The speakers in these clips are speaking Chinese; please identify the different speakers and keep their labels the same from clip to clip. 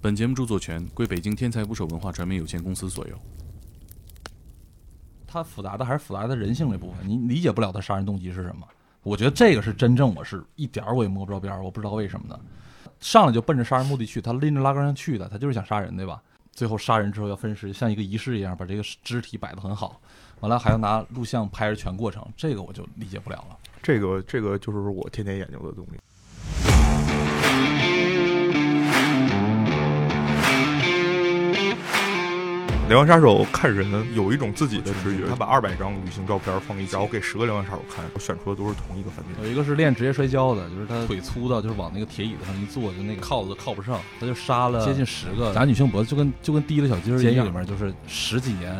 Speaker 1: 本节目著作权归北京天才捕手文化传媒有限公司所有。
Speaker 2: 它复杂的还是复杂的人性这部分，你理解不了他杀人动机是什么。我觉得这个是真正我是一点儿我也摸不着边儿，我不知道为什么的。上来就奔着杀人目的去，他拎着拉杆上去的，他就是想杀人，对吧？最后杀人之后要分尸，像一个仪式一样把这个肢体摆得很好，完了还要拿录像拍着全过程，这个我就理解不了了。
Speaker 3: 这个这个就是我天天研究的东西。《连环杀手》看人有一种自己的直觉，他把二百张旅行照片放一起，然后给十个连环杀手看，我选出的都是同一个犯罪。
Speaker 2: 有一个是练职业摔跤的，就是他腿粗到就是往那个铁椅子上一坐，就那个靠子都靠不上，他就杀了接近十个打女性脖子，就跟就跟滴了小鸡儿一样。监狱里面就是十几年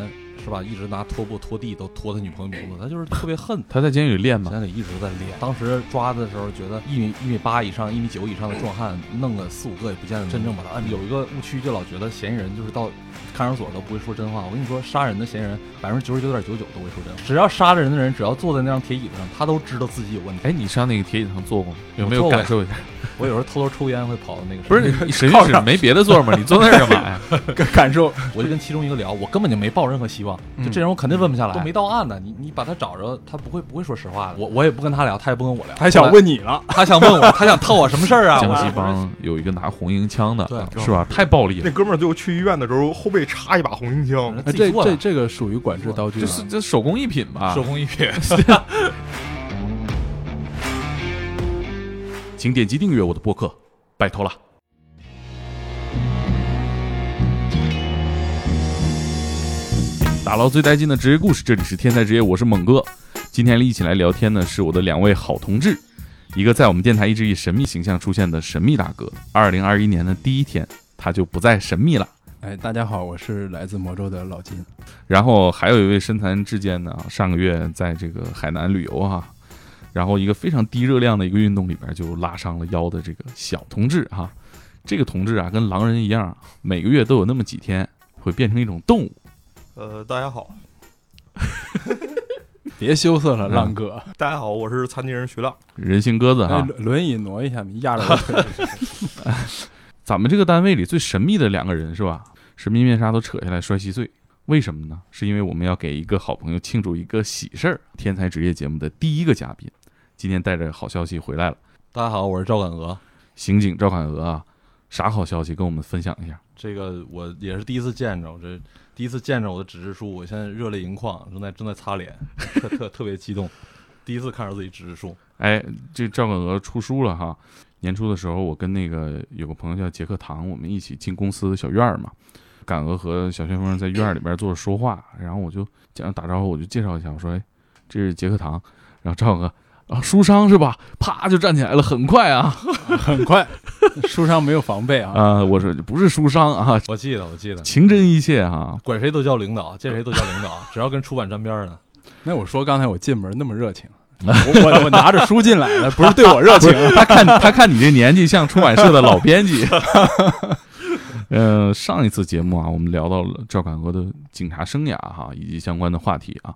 Speaker 2: 是吧，一直拿拖布拖地都拖他女朋友脖子，他就是特别恨
Speaker 1: 他在监狱里练
Speaker 2: 现
Speaker 1: 吗？
Speaker 2: 在得一直在练。当时抓的时候，觉得一米一米八以上、一米九以上的壮汉，弄了四五个也不见得真正把他摁。有一个误区，就老觉得嫌疑人就是到看守所都不会说真话。我跟你说，杀人的嫌疑人百分之九十九点九九都会说真话。只要杀了人的人，只要坐在那张铁椅子上，他都知道自己有问题。
Speaker 1: 哎，你上那个铁椅子上坐过吗？有没
Speaker 2: 我
Speaker 1: 有
Speaker 2: 坐过
Speaker 1: 感受一下？
Speaker 2: 我有时候偷偷抽烟会跑到那个，
Speaker 1: 不是，你审讯室没别的座吗？你坐那儿干嘛 呀？
Speaker 3: 感感受
Speaker 2: 我就跟其中一个聊，我根本就没抱任何希望，就这人我肯定问不下来，
Speaker 4: 嗯
Speaker 2: 都没到案呢。你你把他找着，他不会不会说实话的。哎我我也不跟他聊，他也不跟我聊。
Speaker 3: 还想问你了，
Speaker 2: 他想问我，他想套我什么事 儿啊？
Speaker 1: 江
Speaker 2: 我
Speaker 1: 西帮有一个拿红缨枪的，啊
Speaker 2: 对
Speaker 1: 是吧？太暴力了，
Speaker 3: 那哥们儿最后去医院的时候，后背插一把红缨枪，
Speaker 2: 自己
Speaker 4: 哎这
Speaker 2: 做
Speaker 4: 这
Speaker 2: 的。
Speaker 4: 这个属于管制刀具啊
Speaker 1: 这
Speaker 4: 了，
Speaker 1: 是这手工艺品吧？
Speaker 2: 工 一品。
Speaker 1: 请点击订阅我的播客，拜托了。打捞最带劲的职业故事，这里是天才职业，我是猛哥。今天一起来聊天呢，是我的两位好同志，一个在我们电台一直以神秘形象出现的神秘大哥。二零二一年的第一天，他就不再神秘了。
Speaker 4: 哎，大家好，我是来自魔州的老金，
Speaker 1: 然后还有一位身残志坚呢，上个月在这个海南旅游哈、然后一个非常低热量的一个运动里边就拉伤了腰的这个小同志哈、这个同志啊跟狼人一样，每个月都有那么几天会变成一种动物。
Speaker 3: 呃，大家好，
Speaker 4: 别羞涩了，
Speaker 1: 嗯
Speaker 4: 浪哥，
Speaker 3: 大家好，我是残疾人徐浪。
Speaker 1: 人形鸽子哈、啊
Speaker 4: 哎，轮轮椅挪一下，压着我腿。
Speaker 1: 咱们这个单位里最神秘的两个人是吧？神秘面纱都扯下来摔稀碎，为什么呢？是因为我们要给一个好朋友庆祝一个喜事儿。天才职业节目的第一个嘉宾，今天带着好消息回来了，
Speaker 2: 大家好，我是赵敢鹅。
Speaker 1: 刑警赵侃娥啊，啥好消息跟我们分享一下？
Speaker 2: 这个我也是第一次见着，我这第一次见着我的纸质书，我现在热泪盈眶，正在正在擦脸， 特特特别激动。第一次看着自己纸质书，
Speaker 1: 哎，这赵耿娥出书了哈。年初的时候，我跟那个有个朋友叫杰克唐，我们一起进公司的小院儿嘛。敢娥和小旋风在院儿里边坐着说话，然后我就讲打招呼，我就介绍一下，我说：“哎，这是杰克唐。”然后赵耿娥啊，书商是吧？啪就站起来了，很快啊
Speaker 4: 很 快，书上没有防备啊，
Speaker 1: 啊！我说不是书商啊，
Speaker 2: 我记得我记得，
Speaker 1: 情真意切啊。
Speaker 2: 管谁都叫领导，见谁都叫领导，只要跟出版沾边儿的。
Speaker 4: 那我说刚才我进门那么热 情，我我我拿着书进来的，不是对我热情，
Speaker 1: 他看他看你这年纪像出版社的老编辑。 呃，上一次节目啊，我们聊到了赵敢娥的警察生涯哈、以及相关的话题啊，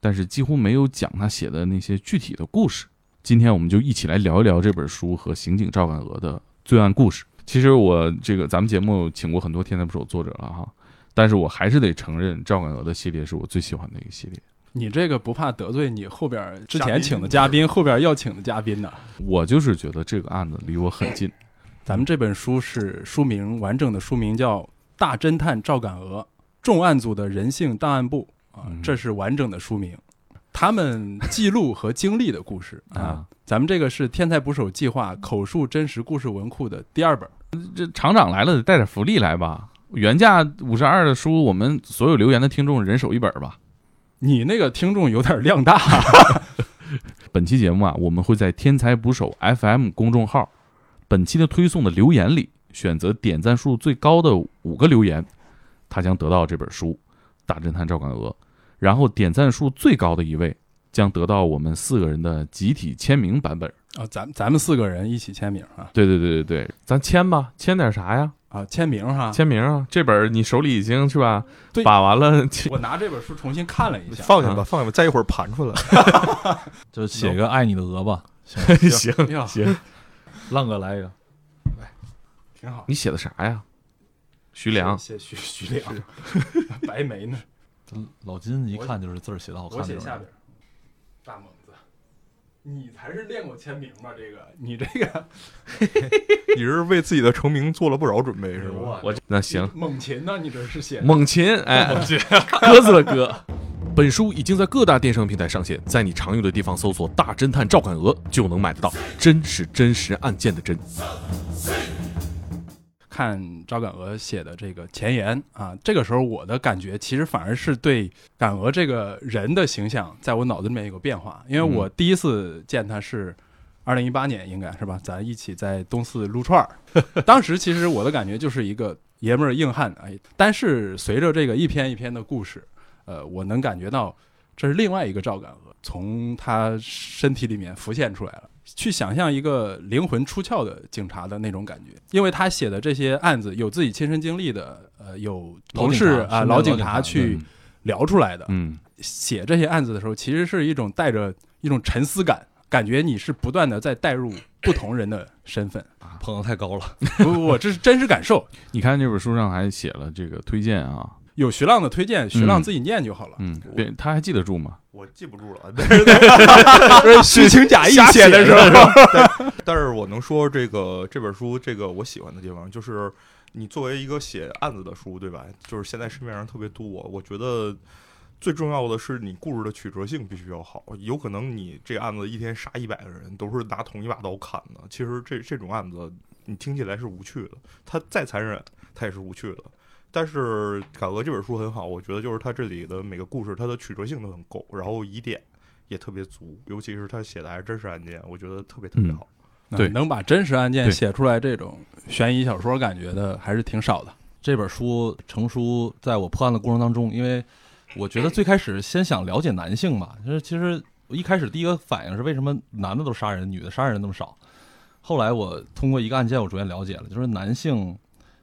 Speaker 1: 但是几乎没有讲他写的那些具体的故事。今天我们就一起来聊一聊这本书和刑警赵敢娥的罪案故事。其实我这个咱们节目请过很多天才捕手作者了哈，但是我还是得承认赵敢娥的系列是我最喜欢的一个系列。
Speaker 4: 你这个不怕得罪你后边之前请的嘉宾，嗯后边要请的嘉宾呢？
Speaker 1: 我就是觉得这个案子离我很近，
Speaker 4: 咱们这本书是书名完整的书名叫《大侦探赵敢娥：重案组的人性档案部》啊
Speaker 1: 嗯，
Speaker 4: 这是完整的书名。他们记录和经历的故 事
Speaker 1: 啊
Speaker 4: 啊，咱们这个是天才捕手计划口述真实故事文库的第二本。
Speaker 1: 这厂长来了，得带点福利来吧。原价五十二的书，我们所有留言的听众人手一本吧。
Speaker 4: 你那个听众有点量 大，
Speaker 1: 本期节目啊，我们会在“天才捕手 FM” 公众号本期的推送的留言里，选择点赞数最高的五个留言，他将得到这本书《大侦探赵敢娥》，然后点赞数最高的一位将得到我们四个人的集体签名版本。
Speaker 4: 啊，咱咱们四个人一起签名啊
Speaker 1: 对对对对对，咱签吧，签点啥呀？
Speaker 4: 啊，签名哈、
Speaker 1: 签名啊！这本儿你手里已经是吧？
Speaker 4: 对
Speaker 1: 把完了，
Speaker 4: 我拿这本书重新看了一下，
Speaker 3: 放下吧，放下吧，再一会儿盘 出来。
Speaker 2: 就写个爱你的鹅吧，
Speaker 1: 行
Speaker 4: 哎呀，
Speaker 1: 行，
Speaker 2: 浪哥来一个。
Speaker 4: 挺好。
Speaker 1: 你写的啥呀？徐良，
Speaker 4: 写徐徐良， 白 眉呢？
Speaker 2: 这老金一看就是字儿写的好看
Speaker 4: 我
Speaker 2: 那
Speaker 4: 写
Speaker 2: 种
Speaker 4: 下边
Speaker 2: 人。
Speaker 4: 儿，大猛子，你才是练过签名吧？这个你这个
Speaker 3: 你是为自己的成名做了不少准备是吧？
Speaker 4: 哇
Speaker 1: 我那行，
Speaker 4: 猛禽呢？你这是写的
Speaker 1: 猛禽，哎，鸽子的鸽。本书已经在各大电商平台上线，在你常用的地方搜索“大侦探赵敢鹅”就能买得到。真是真实案件的真。
Speaker 4: 看赵敢鹅写的这个前言啊，这个时候我的感觉其实反而是对敢鹅这个人的形象，在我脑子里面有个变化，因为我第一次见他是二零一八年，应该是吧？咱一起在东四撸串儿，当时其实我的感觉就是一个爷们儿硬汉，哎，但是随着这个一篇一篇的故事，呃，我能感觉到这是另外一个赵敢鹅从他身体里面浮现出来了。去想象一个灵魂出窍的警察的那种感觉，因为他写的这些案子有自己亲身经历的，呃，有
Speaker 2: 老
Speaker 4: 同
Speaker 2: 警
Speaker 4: 事
Speaker 2: 察嗯
Speaker 4: 啊
Speaker 2: 身边
Speaker 4: 老
Speaker 2: 老
Speaker 4: 警
Speaker 2: 警
Speaker 4: 察
Speaker 2: 察
Speaker 4: 去聊出来的。
Speaker 1: 嗯，
Speaker 4: 写这些案子的时候，其实是一种带着一种沉思感，感觉你是不断的在带入不同人的身份。
Speaker 2: 捧得太高了，
Speaker 4: 不不不，这是真实感受。
Speaker 1: 你看这本书上还写了这个推荐啊，
Speaker 4: 有徐浪的推荐，
Speaker 2: 嗯
Speaker 4: 徐浪自己念就好了。
Speaker 1: 嗯，别他还记得住吗？
Speaker 3: 我记不住 了，但是
Speaker 4: 啊
Speaker 3: 虚情假意写的时候， 但但是我能说这个这本书这个我喜欢的地方就是，你作为一个写案子的书，对吧？就是现在市面上特别多，我觉得。最重要的是，你故事的曲折性必须要好。有可能你这案子一天杀一百个人，都是拿同一把刀砍的。其实这这种案子，你听起来是无趣的。它再残忍，它也是无趣的。但是《改革》这本书很好，我觉得就是它这里的每个故事，它的曲折性都很够，然后疑点也特别足，尤其是他写的还是真实案件，我觉得特别特别好。
Speaker 4: 那
Speaker 1: 对
Speaker 4: 啊能把真实案件
Speaker 1: 对
Speaker 4: 写出来这种悬疑小说感觉的还是挺少的。
Speaker 2: 这本书成书，在我破案的过程当中，因为我觉得最开始先想了解男性嘛，就是其实我一开始第一个反应是为什么男的都杀人，女的杀人那么少？后来我通过一个案件，我逐渐了解了，就是男性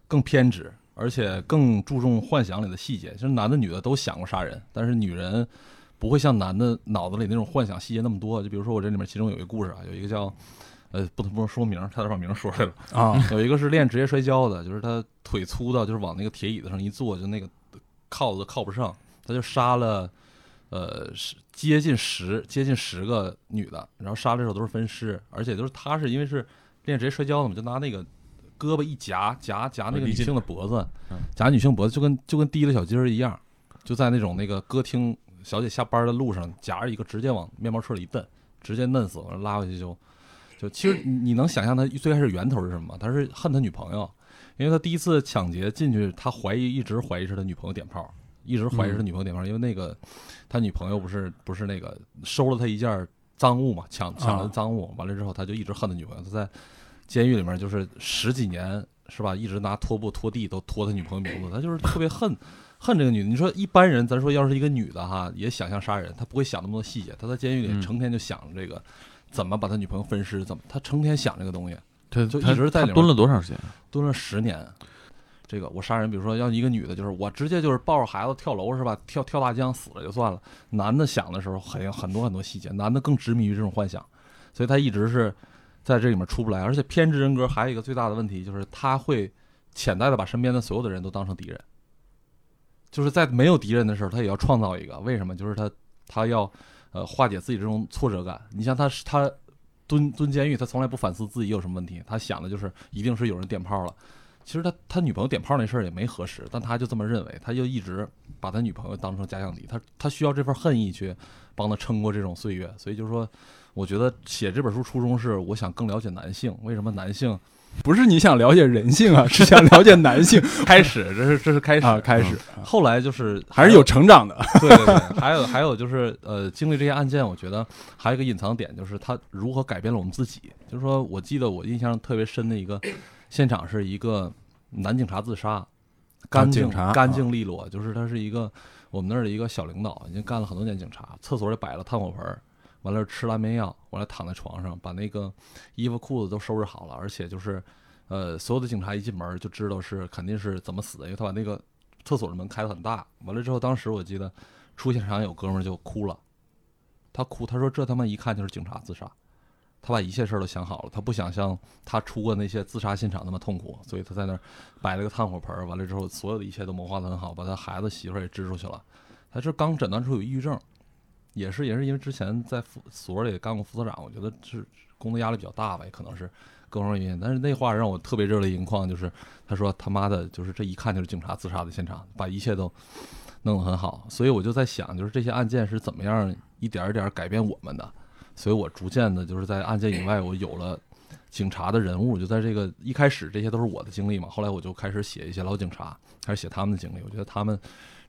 Speaker 2: 更偏执，而且更注重幻想里的细节。就是男的女的都想过杀人，但是女人不会像男的脑子里那种幻想细节那么多。就比如说我这里面其中有一个故事啊，有一个叫呃不能不能说名，差点把名说出来了。
Speaker 4: 啊，
Speaker 2: 有一个是练职业摔跤的，就是他腿粗到就是往那个铁椅子上一坐，就那个靠都靠不上，他就杀了呃十接近十接近十个女的，然后杀的时候都是分尸，而且就是他是因为是练职业摔跤的嘛，就拿那个胳膊一夹夹夹那个女性的脖子，夹女性脖子就跟就跟提了小鸡儿一样，就在那种那个歌厅小姐下班的路上夹着一个直接往面包车里一蹬，直接摁死，完了拉回去就就其实你你能想象他最开始源头是什么吗？他是恨他女朋友，因为他第一次抢劫进去，他怀疑一直怀疑是他女朋友点炮，一直怀疑是他女朋友点炮，因为那个他女朋友不是不是那个收了他一件赃物嘛，抢抢了
Speaker 4: 啊
Speaker 2: 赃物，完了之后他就一直恨他女朋友，他在监狱里面就是十几年是吧，一直拿拖布拖地都拖他女朋友名字，他就是特别恨。恨这个女的，你说一般人，咱说要是一个女的哈，也想象杀人，她不会想那么多细节。她在监狱
Speaker 1: 嗯
Speaker 2: 里成天就想着这个，怎么把他女朋友分尸，怎么他成天想这个东西，
Speaker 1: 他
Speaker 2: 就
Speaker 1: 他
Speaker 2: 一直在
Speaker 1: 他
Speaker 2: 里面
Speaker 1: 蹲了多长时间？
Speaker 2: 蹲了十年。这个我杀人，比如说要一个女的，就是我直接就是抱着孩子跳楼是吧？跳跳大江死了就算了。男的想的时候很很多很多细节，男的更执迷于这种幻想，所以他一直是在这里面出不来。而且偏执人格还有一个最大的问题就是他会潜在的把身边的所有的人都当成敌人，就是在没有敌人的时候，他也要创造一个。为什么？就是他他要呃化解自己这种挫折感。你像他是他蹲蹲监狱，他从来不反思自己有什么问题，他想的就是一定是有人点炮了。其实他他女朋友点炮那事儿也没核实，但他就这么认为，他就一直把他女朋友当成假想敌，他他需要这份恨意去帮他撑过这种岁月。所以就是说，我觉得写这本书初衷是我想更了解男性，为什么男性
Speaker 4: 不是你想了解人 性啊，是想了解男性
Speaker 2: 开始这是这是开始，嗯
Speaker 4: 啊，开始
Speaker 2: 后来就是
Speaker 4: 还是有成长的。
Speaker 2: 对对对，还有还有就是呃，经历这些案件，我觉得还有一个隐藏点就是它如何改变了我们自己。就是说我记得我印象特别深的一个现场是一个男警察自杀，干净
Speaker 4: 警察
Speaker 2: 干净利落，就是他是一个我们那儿的一个小领导，已经干了很多年警察，厕所里摆了炭火盆儿。完了吃了安眠药，完了躺在床上，把那个衣服裤子都收拾好了，而且就是，呃，所有的警察一进门就知道是肯定是怎么死的，因为他把那个厕所的门开得很大。完了之后，当时我记得出现场有哥们儿就哭了，他哭，他说这他妈一看就是警察自杀。他把一切事儿都想好了，他不想像他出过那些自杀现场那么痛苦，所以他在那儿摆了个炭火盆儿，完了之后所有的一切都谋划得很好，把他孩子媳妇儿也支出去了。他这刚诊断出有抑郁症，也是也是因为之前在副所里干过副所长，我觉得是工作压力比较大吧，也可能是各方面原因。但是那话让我特别热泪盈眶，就是他说他妈的，就是这一看就是警察自杀的现场，把一切都弄得很好。所以我就在想，就是这些案件是怎么样一点儿一点儿改变我们的。所以我逐渐的就是在案件以外，我有了警察的人物，就在这个一开始这些都是我的经历嘛，后来我就开始写一些老警察，开始写他们的经历。我觉得他们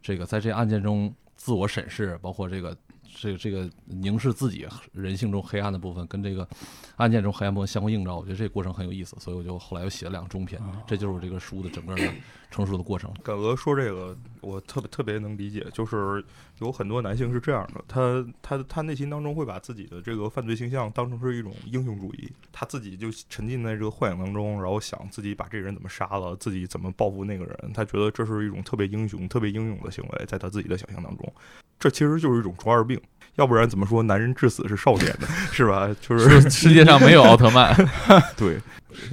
Speaker 2: 这个在这案件中自我审视，包括这个这个这个凝视自己人性中黑暗的部分，跟这个案件中黑暗部分相互映照，我觉得这个过程很有意思。所以我就后来又写了两个中篇，这就是我这个书的整个的成熟的过程。
Speaker 3: 敢鹅说这个，我特别特别能理解，就是有很多男性是这样的，他他他内心当中会把自己的这个犯罪倾向当成是一种英雄主义，他自己就沉浸在这个幻想当中，然后想自己把这个人怎么杀了，自己怎么报复那个人，他觉得这是一种特别英雄、特别英勇的行为，在他自己的想象当中，这其实就是一种中二病，要不然怎么说男人至死是少年呢？ 是吧？就是
Speaker 1: 世世界上没有奥特曼，
Speaker 3: 对，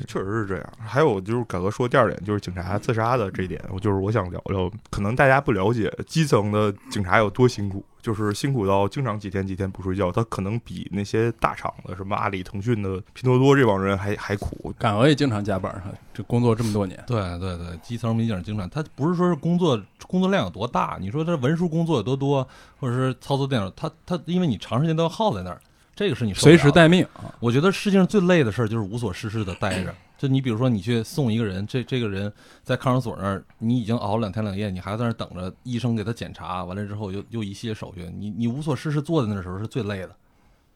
Speaker 3: 确实是这样。还有就是改革说第二点，就是警察自杀的这一点，我就是我想聊聊，可能大家不了解基层的警察有多辛苦，就是辛苦到经常几天几天不睡觉，他可能比那些大厂的什么阿里、腾讯的、拼多多这帮人还还苦。
Speaker 4: 赶鹅也经常加班儿哈，啊这工作这么多年，
Speaker 2: 对对对，基层民警经常，他不是说是工作工作量有多大，你说这文书工作有多多，或者是操作电脑，他他因为你长时间都要耗在那儿，这个是你受不了
Speaker 4: 随时
Speaker 2: 的
Speaker 4: 待命啊。
Speaker 2: 我觉得世界上最累的事儿就是无所事事的待着。就你比如说，你去送一个人，这这个人在看守所那儿，你已经熬了两天两夜，你还在那儿等着医生给他检查，完了之后又又一系列手续，你你无所事事坐在那儿的时候是最累的。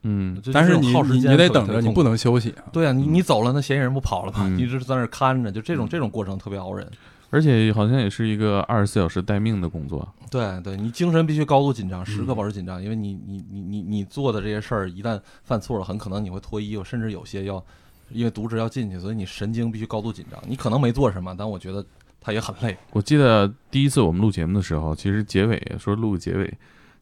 Speaker 1: 嗯，
Speaker 2: 就
Speaker 4: 但
Speaker 2: 这
Speaker 4: 是
Speaker 2: 种
Speaker 4: 你
Speaker 2: 耗时
Speaker 4: 你
Speaker 2: 间
Speaker 4: 你得
Speaker 2: 特别
Speaker 4: 等
Speaker 2: 特别
Speaker 4: 着，你
Speaker 2: 痛
Speaker 4: 不
Speaker 2: 苦
Speaker 4: 能休息 啊。
Speaker 2: 对啊，你你走了，那嫌疑人不跑了吗？
Speaker 1: 嗯
Speaker 2: 你这是在那儿看着，就这种这种过程特别熬人。
Speaker 1: 而且好像也是一个二十四小时待命的工作。
Speaker 2: 对对，你精神必须高度紧张，时刻保持紧张，因为你你你你你做的这些事儿，一旦犯错了，很可能你会脱衣服，甚至有些要因为渎职要进去，所以你神经必须高度紧张。你可能没做什么，但我觉得他也很累。
Speaker 1: 我记得第一次我们录节目的时候，其实结尾说录个结尾，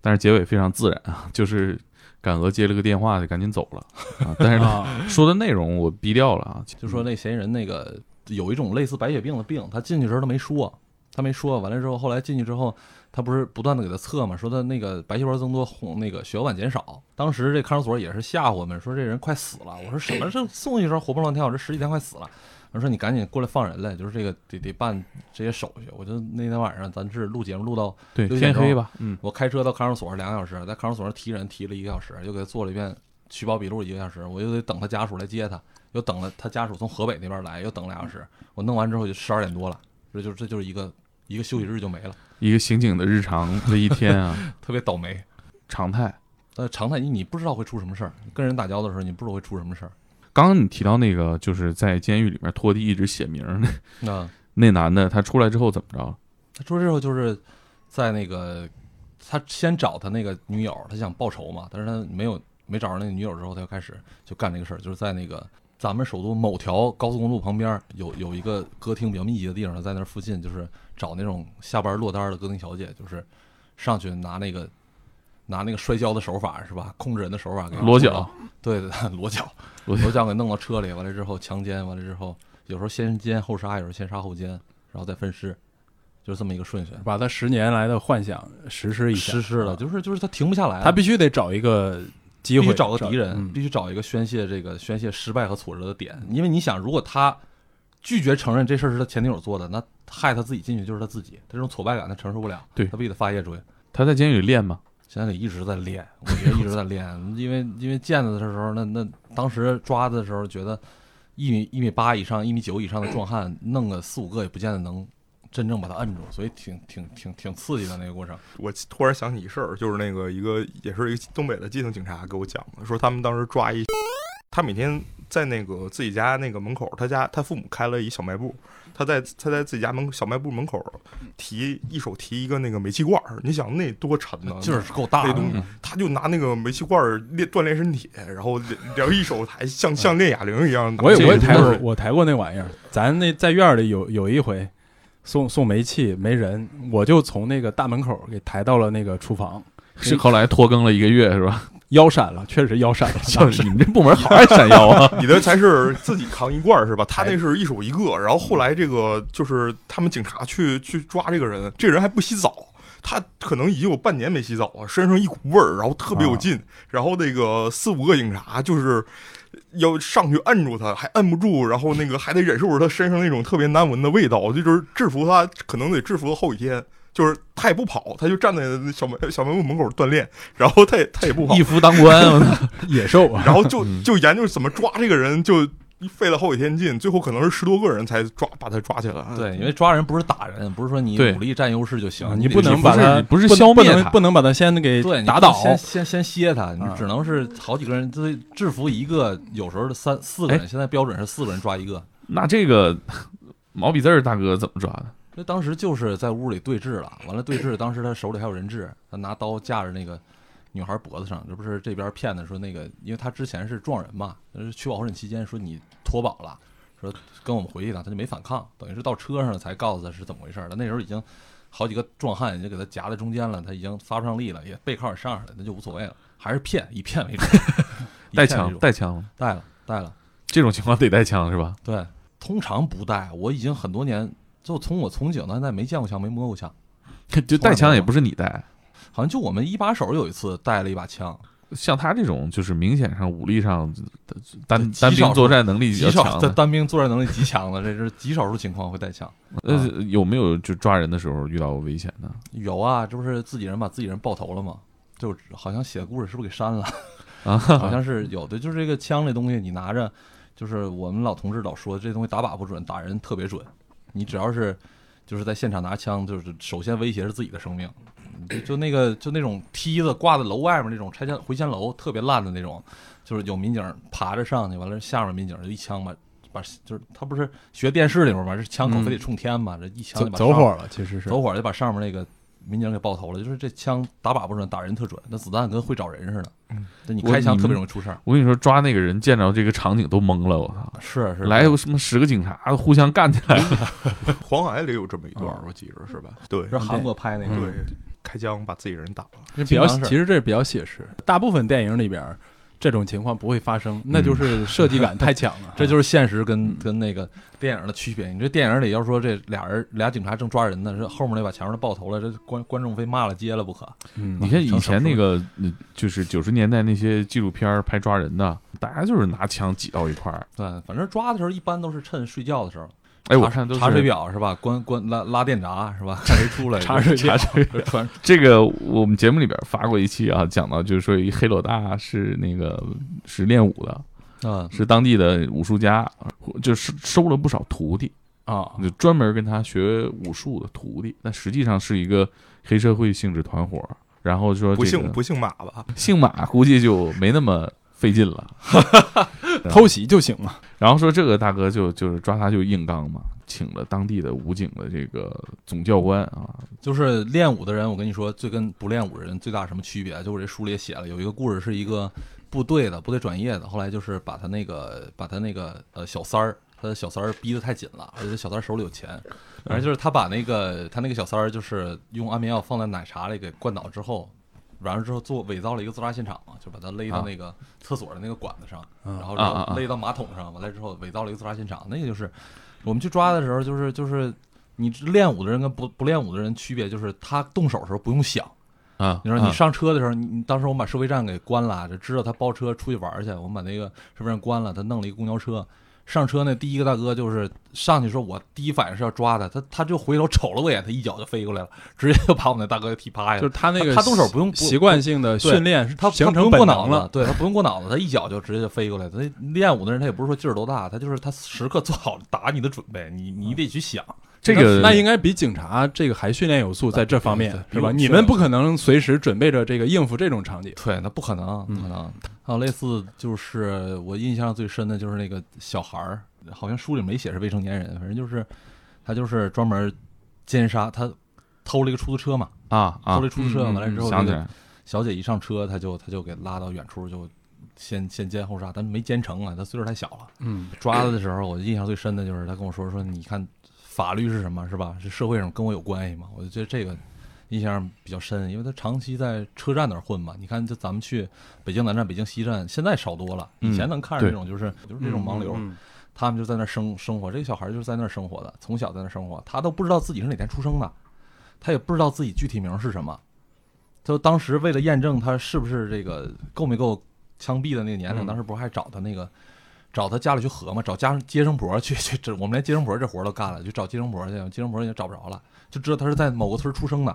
Speaker 1: 但是结尾非常自然啊， 就是赶鹅接了个电话就赶紧走了啊，但是
Speaker 4: 啊，
Speaker 1: 说的内容我逼掉了啊，
Speaker 2: 就说那嫌疑人那个有一种类似白血病的病，他进去时候他没说，他没说，完了之后，后来进去之后，他不是不断的给他测嘛，说他那个白细胞增多，红那个血小板减少。当时这看守所也是吓唬我们，说这人快死了。我说什么？这送去时候活蹦乱跳，这十几天快死了。我说你赶紧过来放人来，就是这个得得办这些手续。我就那天晚上咱是录节目录到
Speaker 1: 对
Speaker 2: 六
Speaker 1: 天
Speaker 2: 点钟
Speaker 1: 黑吧，嗯，
Speaker 2: 我开车到看守所两个小时，在看守所那提人提了一个小时，又给他做了一遍取保笔录一个小时，我又得等他家属来接他，又等了他家属从河北那边来，又等俩小时。我弄完之后就十二点多了，这就这就是一个一个休息日就没了，
Speaker 1: 一个刑警的日常的一天啊，
Speaker 2: 特别倒霉。
Speaker 1: 常态。
Speaker 2: 但是常态你你不知道会出什么事儿，跟人打交道的时候你不知道会出什么事儿。
Speaker 1: 刚刚你提到那个就是在监狱里面拖地一直写名儿那
Speaker 2: 那
Speaker 1: 那男的，他出来之后怎么
Speaker 2: 啊
Speaker 1: 着？
Speaker 2: 他出来之后就是在那个他先找他那个女友，他想报仇嘛，但是他没有没找着那个女友之后，他就开始就干这个事儿，就是在那个咱们首都某条高速公路旁边儿有有一个歌厅比较密集的地方，他在那附近就是找那种下班落单儿的歌厅小姐，就是上去拿那个拿那个摔跤的手法是吧，控制人的手法给
Speaker 1: 裸脚，
Speaker 2: 对 对对，裸脚，
Speaker 1: 裸
Speaker 2: 裸
Speaker 1: 脚
Speaker 2: 脚给弄到车里，完了之后强奸，完了之后有时候先奸后杀，有时候先杀后奸，然后再分尸，就是这么一个顺序。
Speaker 4: 把他十年来的幻想实施一下，啊
Speaker 2: 实施了，就是就是他停不下来了，
Speaker 4: 他必须得找一个机
Speaker 2: 必
Speaker 4: 会，
Speaker 2: 须找个敌人，
Speaker 4: 嗯
Speaker 2: 必须找一个宣泄这个宣泄失败和挫折的点。因为你想，如果他拒绝承认这事儿是他前女友做的，那害他自己进去就是他自己，他这种挫败感他承受不了，
Speaker 1: 对
Speaker 2: 他必须得发泄出去。
Speaker 1: 他在监狱里练吗？
Speaker 2: 现在得一直在练，我觉得一直在练， 因为因为见他的时候，那那当时抓的时候觉得一米一米八以上、一米九以上的壮汉，弄个四五个也不见得能真正把他摁住，所以挺挺挺挺刺激的那个过程。
Speaker 3: 我突然想起一事儿，就是那个一个也是一个东北的基层警察给我讲的，说他们当时抓一，他每天在那个自己家那个门口，他家他父母开了一小卖部，他在他在自己家门小卖部门口提一手提一个那个煤气罐儿，你想那多沉呢？
Speaker 2: 劲儿是够大
Speaker 3: 那
Speaker 2: 的，嗯
Speaker 3: 东西，他就拿那个煤气罐儿练锻炼身体，然后然后一手抬，像像练哑铃一样。
Speaker 4: 啊我也
Speaker 1: 这
Speaker 4: 我
Speaker 1: 个
Speaker 4: 也抬
Speaker 1: 不
Speaker 4: 过，我抬过那玩意儿。咱那在院儿里有有一回送送煤气没人，我就从那个大门口给抬到了那个厨房。
Speaker 1: 是后来拖更了一个月是吧？
Speaker 4: 腰闪了，确实腰闪了。
Speaker 1: 像你们这部门好爱闪耀啊！
Speaker 3: 你的才是自己扛一罐儿是吧？他那是一手一个，然后后来这个就是他们警察去去抓这个人，这个人还不洗澡。他可能已经有半年没洗澡了，身上一股味儿，然后特别有劲。然后那个四五个警察就是要上去摁住他，还摁不住，然后那个还得忍受着他身上那种特别难闻的味道，这就是制服他，可能得制服到后几天。就是他也不跑，他就站在小门小卖部门口锻炼，然后他也他也不跑
Speaker 1: 一，夫当关，我操
Speaker 4: 野兽 啊，
Speaker 3: 然后就就研究怎么抓这个人，就费了好几天劲，最后可能是十多个人才抓把他抓起来。
Speaker 4: 嗯
Speaker 2: 对，因为抓人不是打人，不是说你
Speaker 1: 对
Speaker 2: 武力占优势就行，
Speaker 4: 嗯你
Speaker 2: 得
Speaker 4: 不能把
Speaker 1: 是
Speaker 4: 它
Speaker 1: 你不是
Speaker 4: 能
Speaker 1: 消灭
Speaker 4: 不能
Speaker 1: 它
Speaker 4: 不能把它先给
Speaker 2: 对你
Speaker 4: 打
Speaker 2: 不能
Speaker 4: 倒。
Speaker 2: 先先先歇他，你
Speaker 4: 啊
Speaker 2: 只能是好几个人，就是制服一个，有时候三四
Speaker 4: 哎
Speaker 2: 个人，现在标准是四个人抓一个。
Speaker 1: 那这个毛笔字儿大哥怎么抓的？
Speaker 2: 那当时就是在屋里对峙了，完了对峙，当时他手里还有人质，他拿刀架着那个女孩脖子上，这不是这边骗的说那个，因为他之前是撞人嘛，就是取保候审期间说你脱保了，说跟我们回去了，他就没反抗，等于是到车上了才告诉他是怎么回事儿了。那时候已经好几个壮汉已经给他夹在中间了，他已经发不上力了，也背靠也上上了，那就无所谓了，还是骗，以骗 为主，以
Speaker 1: 带
Speaker 2: 骗为
Speaker 1: 枪
Speaker 2: 主
Speaker 1: 带枪吗？
Speaker 2: 带了带了。
Speaker 1: 这种情况得带枪是吧？
Speaker 2: 对，通常不带。我已经很多年，就从我从警到现在没见过枪，没摸过枪。
Speaker 1: 就带枪也不是你带，
Speaker 2: 好像就我们一把手有一次带了一把枪，
Speaker 1: 像他这种就是明显上武力上单
Speaker 2: 对极
Speaker 1: 单兵
Speaker 2: 少
Speaker 1: 作战能力比
Speaker 2: 极
Speaker 1: 较
Speaker 2: 少
Speaker 1: 强
Speaker 2: 单
Speaker 1: 的，
Speaker 2: 单兵作战能力极强的，这是极少数情况会带枪。
Speaker 1: 呃，
Speaker 2: 啊
Speaker 1: 有没有就抓人的时候遇到过危险的
Speaker 2: 有啊，这不是自己人把自己人爆头了吗？就好像写的故事是不是给删了？
Speaker 1: 啊？
Speaker 2: 好像是有的，就是这个枪这东西，你拿着，就是我们老同志老说这东西打靶不准，打人特别准。你只要是就是在现场拿枪，就是首先威胁是自己的生命。就那个就那种梯子挂在楼外面那种拆迁回迁楼特别烂的那种，就是有民警爬着上去，完了下面民警就一枪把把就是他不是学电视里面嘛，这枪口非得冲天嘛，这一枪
Speaker 4: 走
Speaker 2: 就把
Speaker 4: 嗯走
Speaker 2: 上
Speaker 4: 火了，其实是
Speaker 2: 走火就把上面那个民警给爆头了。就是这枪打靶不准，打人特准，那子弹跟会找人似的。那你
Speaker 1: 我
Speaker 2: 开枪
Speaker 1: 你
Speaker 2: 特别
Speaker 1: 们
Speaker 2: 容易出事儿。
Speaker 1: 我跟你说，抓那个人见着这个场景都懵了，我操！
Speaker 2: 是是
Speaker 1: 来有什么十个警察互相干起来了，
Speaker 3: 黄海里有这么一段，我记着是吧？嗯对
Speaker 2: 是韩国拍那个，
Speaker 3: 对，开枪把自己人打了。
Speaker 4: 这比较，
Speaker 2: 经常是
Speaker 4: 其实这是比较写实。大部分电影里边这种情况不会发生，那就是设计感太强了。
Speaker 2: 这就是现实跟跟那个电影的区别。你这电影里要说这俩人俩警察正抓人呢，这后面那把墙上爆头了，这观观众非骂了街了不可。
Speaker 4: 嗯
Speaker 1: 你看以
Speaker 2: 成熟
Speaker 1: 前那
Speaker 2: 了
Speaker 1: 个，嗯就是九十年代那些纪录片儿拍抓人的，大家就是拿枪挤到一块儿。
Speaker 2: 对，反正抓的时候一般都是趁睡觉的时候。
Speaker 1: 哎，我
Speaker 2: 查
Speaker 1: 看都
Speaker 2: 查
Speaker 1: 是
Speaker 2: 水表是吧？关关拉拉电闸是吧？看 谁出来。
Speaker 4: 查 水表
Speaker 2: 查水表传
Speaker 1: 这个，我们节目里边发过一期啊，讲到就是说一黑老大是那个是练武的，
Speaker 2: 嗯
Speaker 1: 是当地的武术家，就是收了不少徒弟，
Speaker 4: 啊，
Speaker 1: 就专门跟他学武术的徒弟。那实际上是一个黑社会性质团伙，然后说
Speaker 3: 不
Speaker 1: 这
Speaker 3: 姓
Speaker 1: 个
Speaker 3: 不姓马吧？
Speaker 1: 姓马，估计就没那么费劲了。
Speaker 4: 偷袭就行嘛。
Speaker 1: 然后说这个大哥就就是抓他就硬刚嘛，请了当地的武警的这个总教官啊，
Speaker 2: 就是练武的人，我跟你说，最跟不练武的人最大什么区别？就我这书里也写了，有一个故事是一个部队的，部队转业的，后来就是把他那个把他那个呃小三儿，他的小三儿逼得太紧了，而且小三儿手里有钱，反正就是他把那个他那个小三儿就是用安眠药放在奶茶里给灌倒之后，完了之后做伪造了一个自杀现场嘛，就把他勒到那个厕所的那个管子上，然后然
Speaker 1: 啊啊啊
Speaker 2: 后勒到马桶上，完了之后伪造了一个自杀现场，那个就是我们去抓的时候，就是就是你练武的人跟不不练武的人区别就是，他动手的时候不用想。
Speaker 1: 啊，
Speaker 2: 你说你
Speaker 1: 啊
Speaker 2: 上车的时候，你你当时我们把收费站给关了，就知道他包车出去玩去，我们把那个收费站关了，他弄了一个公交车。上车那第一个大哥就是上去说，我第一反应是要抓他，他他就回头瞅了我一眼，他一脚就飞过来了，直接就把我们那大哥给踢趴下
Speaker 4: 就是
Speaker 2: 了。
Speaker 4: 他那个
Speaker 2: 他动手不用不
Speaker 4: 习惯性的训练，
Speaker 2: 他他
Speaker 4: 形
Speaker 2: 不
Speaker 4: 成
Speaker 2: 用
Speaker 4: 本
Speaker 2: 过
Speaker 4: 能
Speaker 2: 脑
Speaker 4: 了
Speaker 2: 子，。对他不用过脑子，他一脚就直接就飞过来了。他练武的人他也不是说劲儿多大，他就是他时刻做好打你的准备，你你得去想。
Speaker 1: 这个
Speaker 4: 那应该比警察这个还训练有素，在这方面
Speaker 2: 对
Speaker 4: 是
Speaker 2: 比
Speaker 4: 吧？
Speaker 2: 我
Speaker 4: 你们不可能随时准备着这个应付这种场景。
Speaker 2: 对，那不可能，不可
Speaker 1: 嗯
Speaker 2: 能。还有类似，就是我印象最深的就是那个小孩儿，好像书里没写是未成年人，反正就是他就是专门奸杀，他偷了一个出租车嘛，
Speaker 1: 啊啊
Speaker 2: 偷了一，出租车，完
Speaker 4: 嗯嗯
Speaker 2: 了之后，
Speaker 1: 想起来
Speaker 2: 小姐一上车，他就他就给拉到远处就。先先奸后杀，但没奸成啊，他岁数太小了。
Speaker 4: 嗯，
Speaker 2: 抓他的时候，我印象最深的就是他跟我说说，你看法律是什么，是吧？是社会上跟我有关系吗？我就觉得这个印象比较深，因为他长期在车站那儿混嘛。你看，就咱们去北京南站、北京西站，现在少多了，以
Speaker 1: 嗯
Speaker 2: 前能看着
Speaker 1: 对
Speaker 2: 这种就是就是这种盲流，
Speaker 4: 嗯
Speaker 2: 他们就在那儿生生活。这个小孩就是在那儿生活的，从小在那儿生活，他都不知道自己是哪天出生的，他也不知道自己具体名是什么。就当时为了验证他是不是这个够没够枪毙的那个年龄，
Speaker 4: 嗯
Speaker 2: 当时不是还找他那个找他家里去核嘛，找家接生婆去 去，这我们连接生婆这活儿都干了，就找接生婆去，接生婆也找不着了，就知道他是在某个村儿出生的。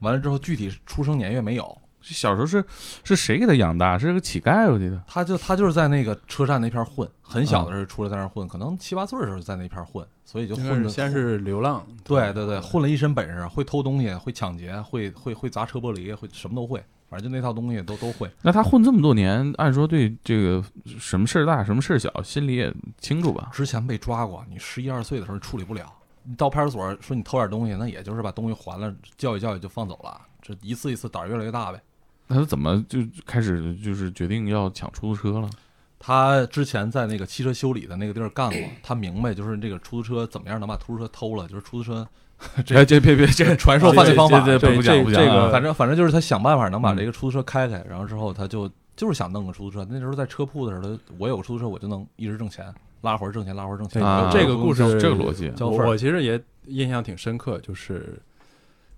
Speaker 2: 完了之后，具体出生年月没有，
Speaker 1: 这小时候是是谁给他养大？是个乞丐，我记得。
Speaker 2: 他就他就是在那个车站那片儿混，很小的时候出来在那儿混，可能七八岁的时候在那片儿混，所以就
Speaker 4: 嗯，
Speaker 2: 混
Speaker 4: 应该
Speaker 2: 的
Speaker 4: 是先是流浪，
Speaker 2: 对对对，混了一身本事，会偷东西，会抢劫，会会会砸车玻璃，会什么都会，反正就那套东西都都会。
Speaker 1: 那他混这么多年，按说对这个什么事儿大，什么事儿小，心里也清楚吧？
Speaker 2: 之前被抓过，你十一二岁的时候处理不了，你到派出所说你偷点东西，那也就是把东西还了，教育教育就放走了，这一次一次胆儿越来越大呗。
Speaker 1: 那他怎么就开始就是决定要抢出租车了？
Speaker 2: 他之前在那个汽车修理的那个地儿干过，他明白就是这个出租车怎么样能把出租车偷了，就是出租车 这
Speaker 1: 哎这别别这
Speaker 2: 传授犯罪方法，
Speaker 1: 这这这不讲不讲
Speaker 4: 这个
Speaker 1: 啊
Speaker 2: 反正反正就是他想办法能把
Speaker 1: 嗯
Speaker 2: 这个出租车开开，然后之后他就就是想弄个出租车。那时候在车铺的时候，我有个出租车，我就能一直挣钱，拉活儿挣钱，拉活儿挣钱。
Speaker 1: 啊
Speaker 4: 这个故事
Speaker 1: 这个逻辑
Speaker 2: 交
Speaker 4: 我
Speaker 2: 份儿
Speaker 4: 我其实也印象挺深刻，就是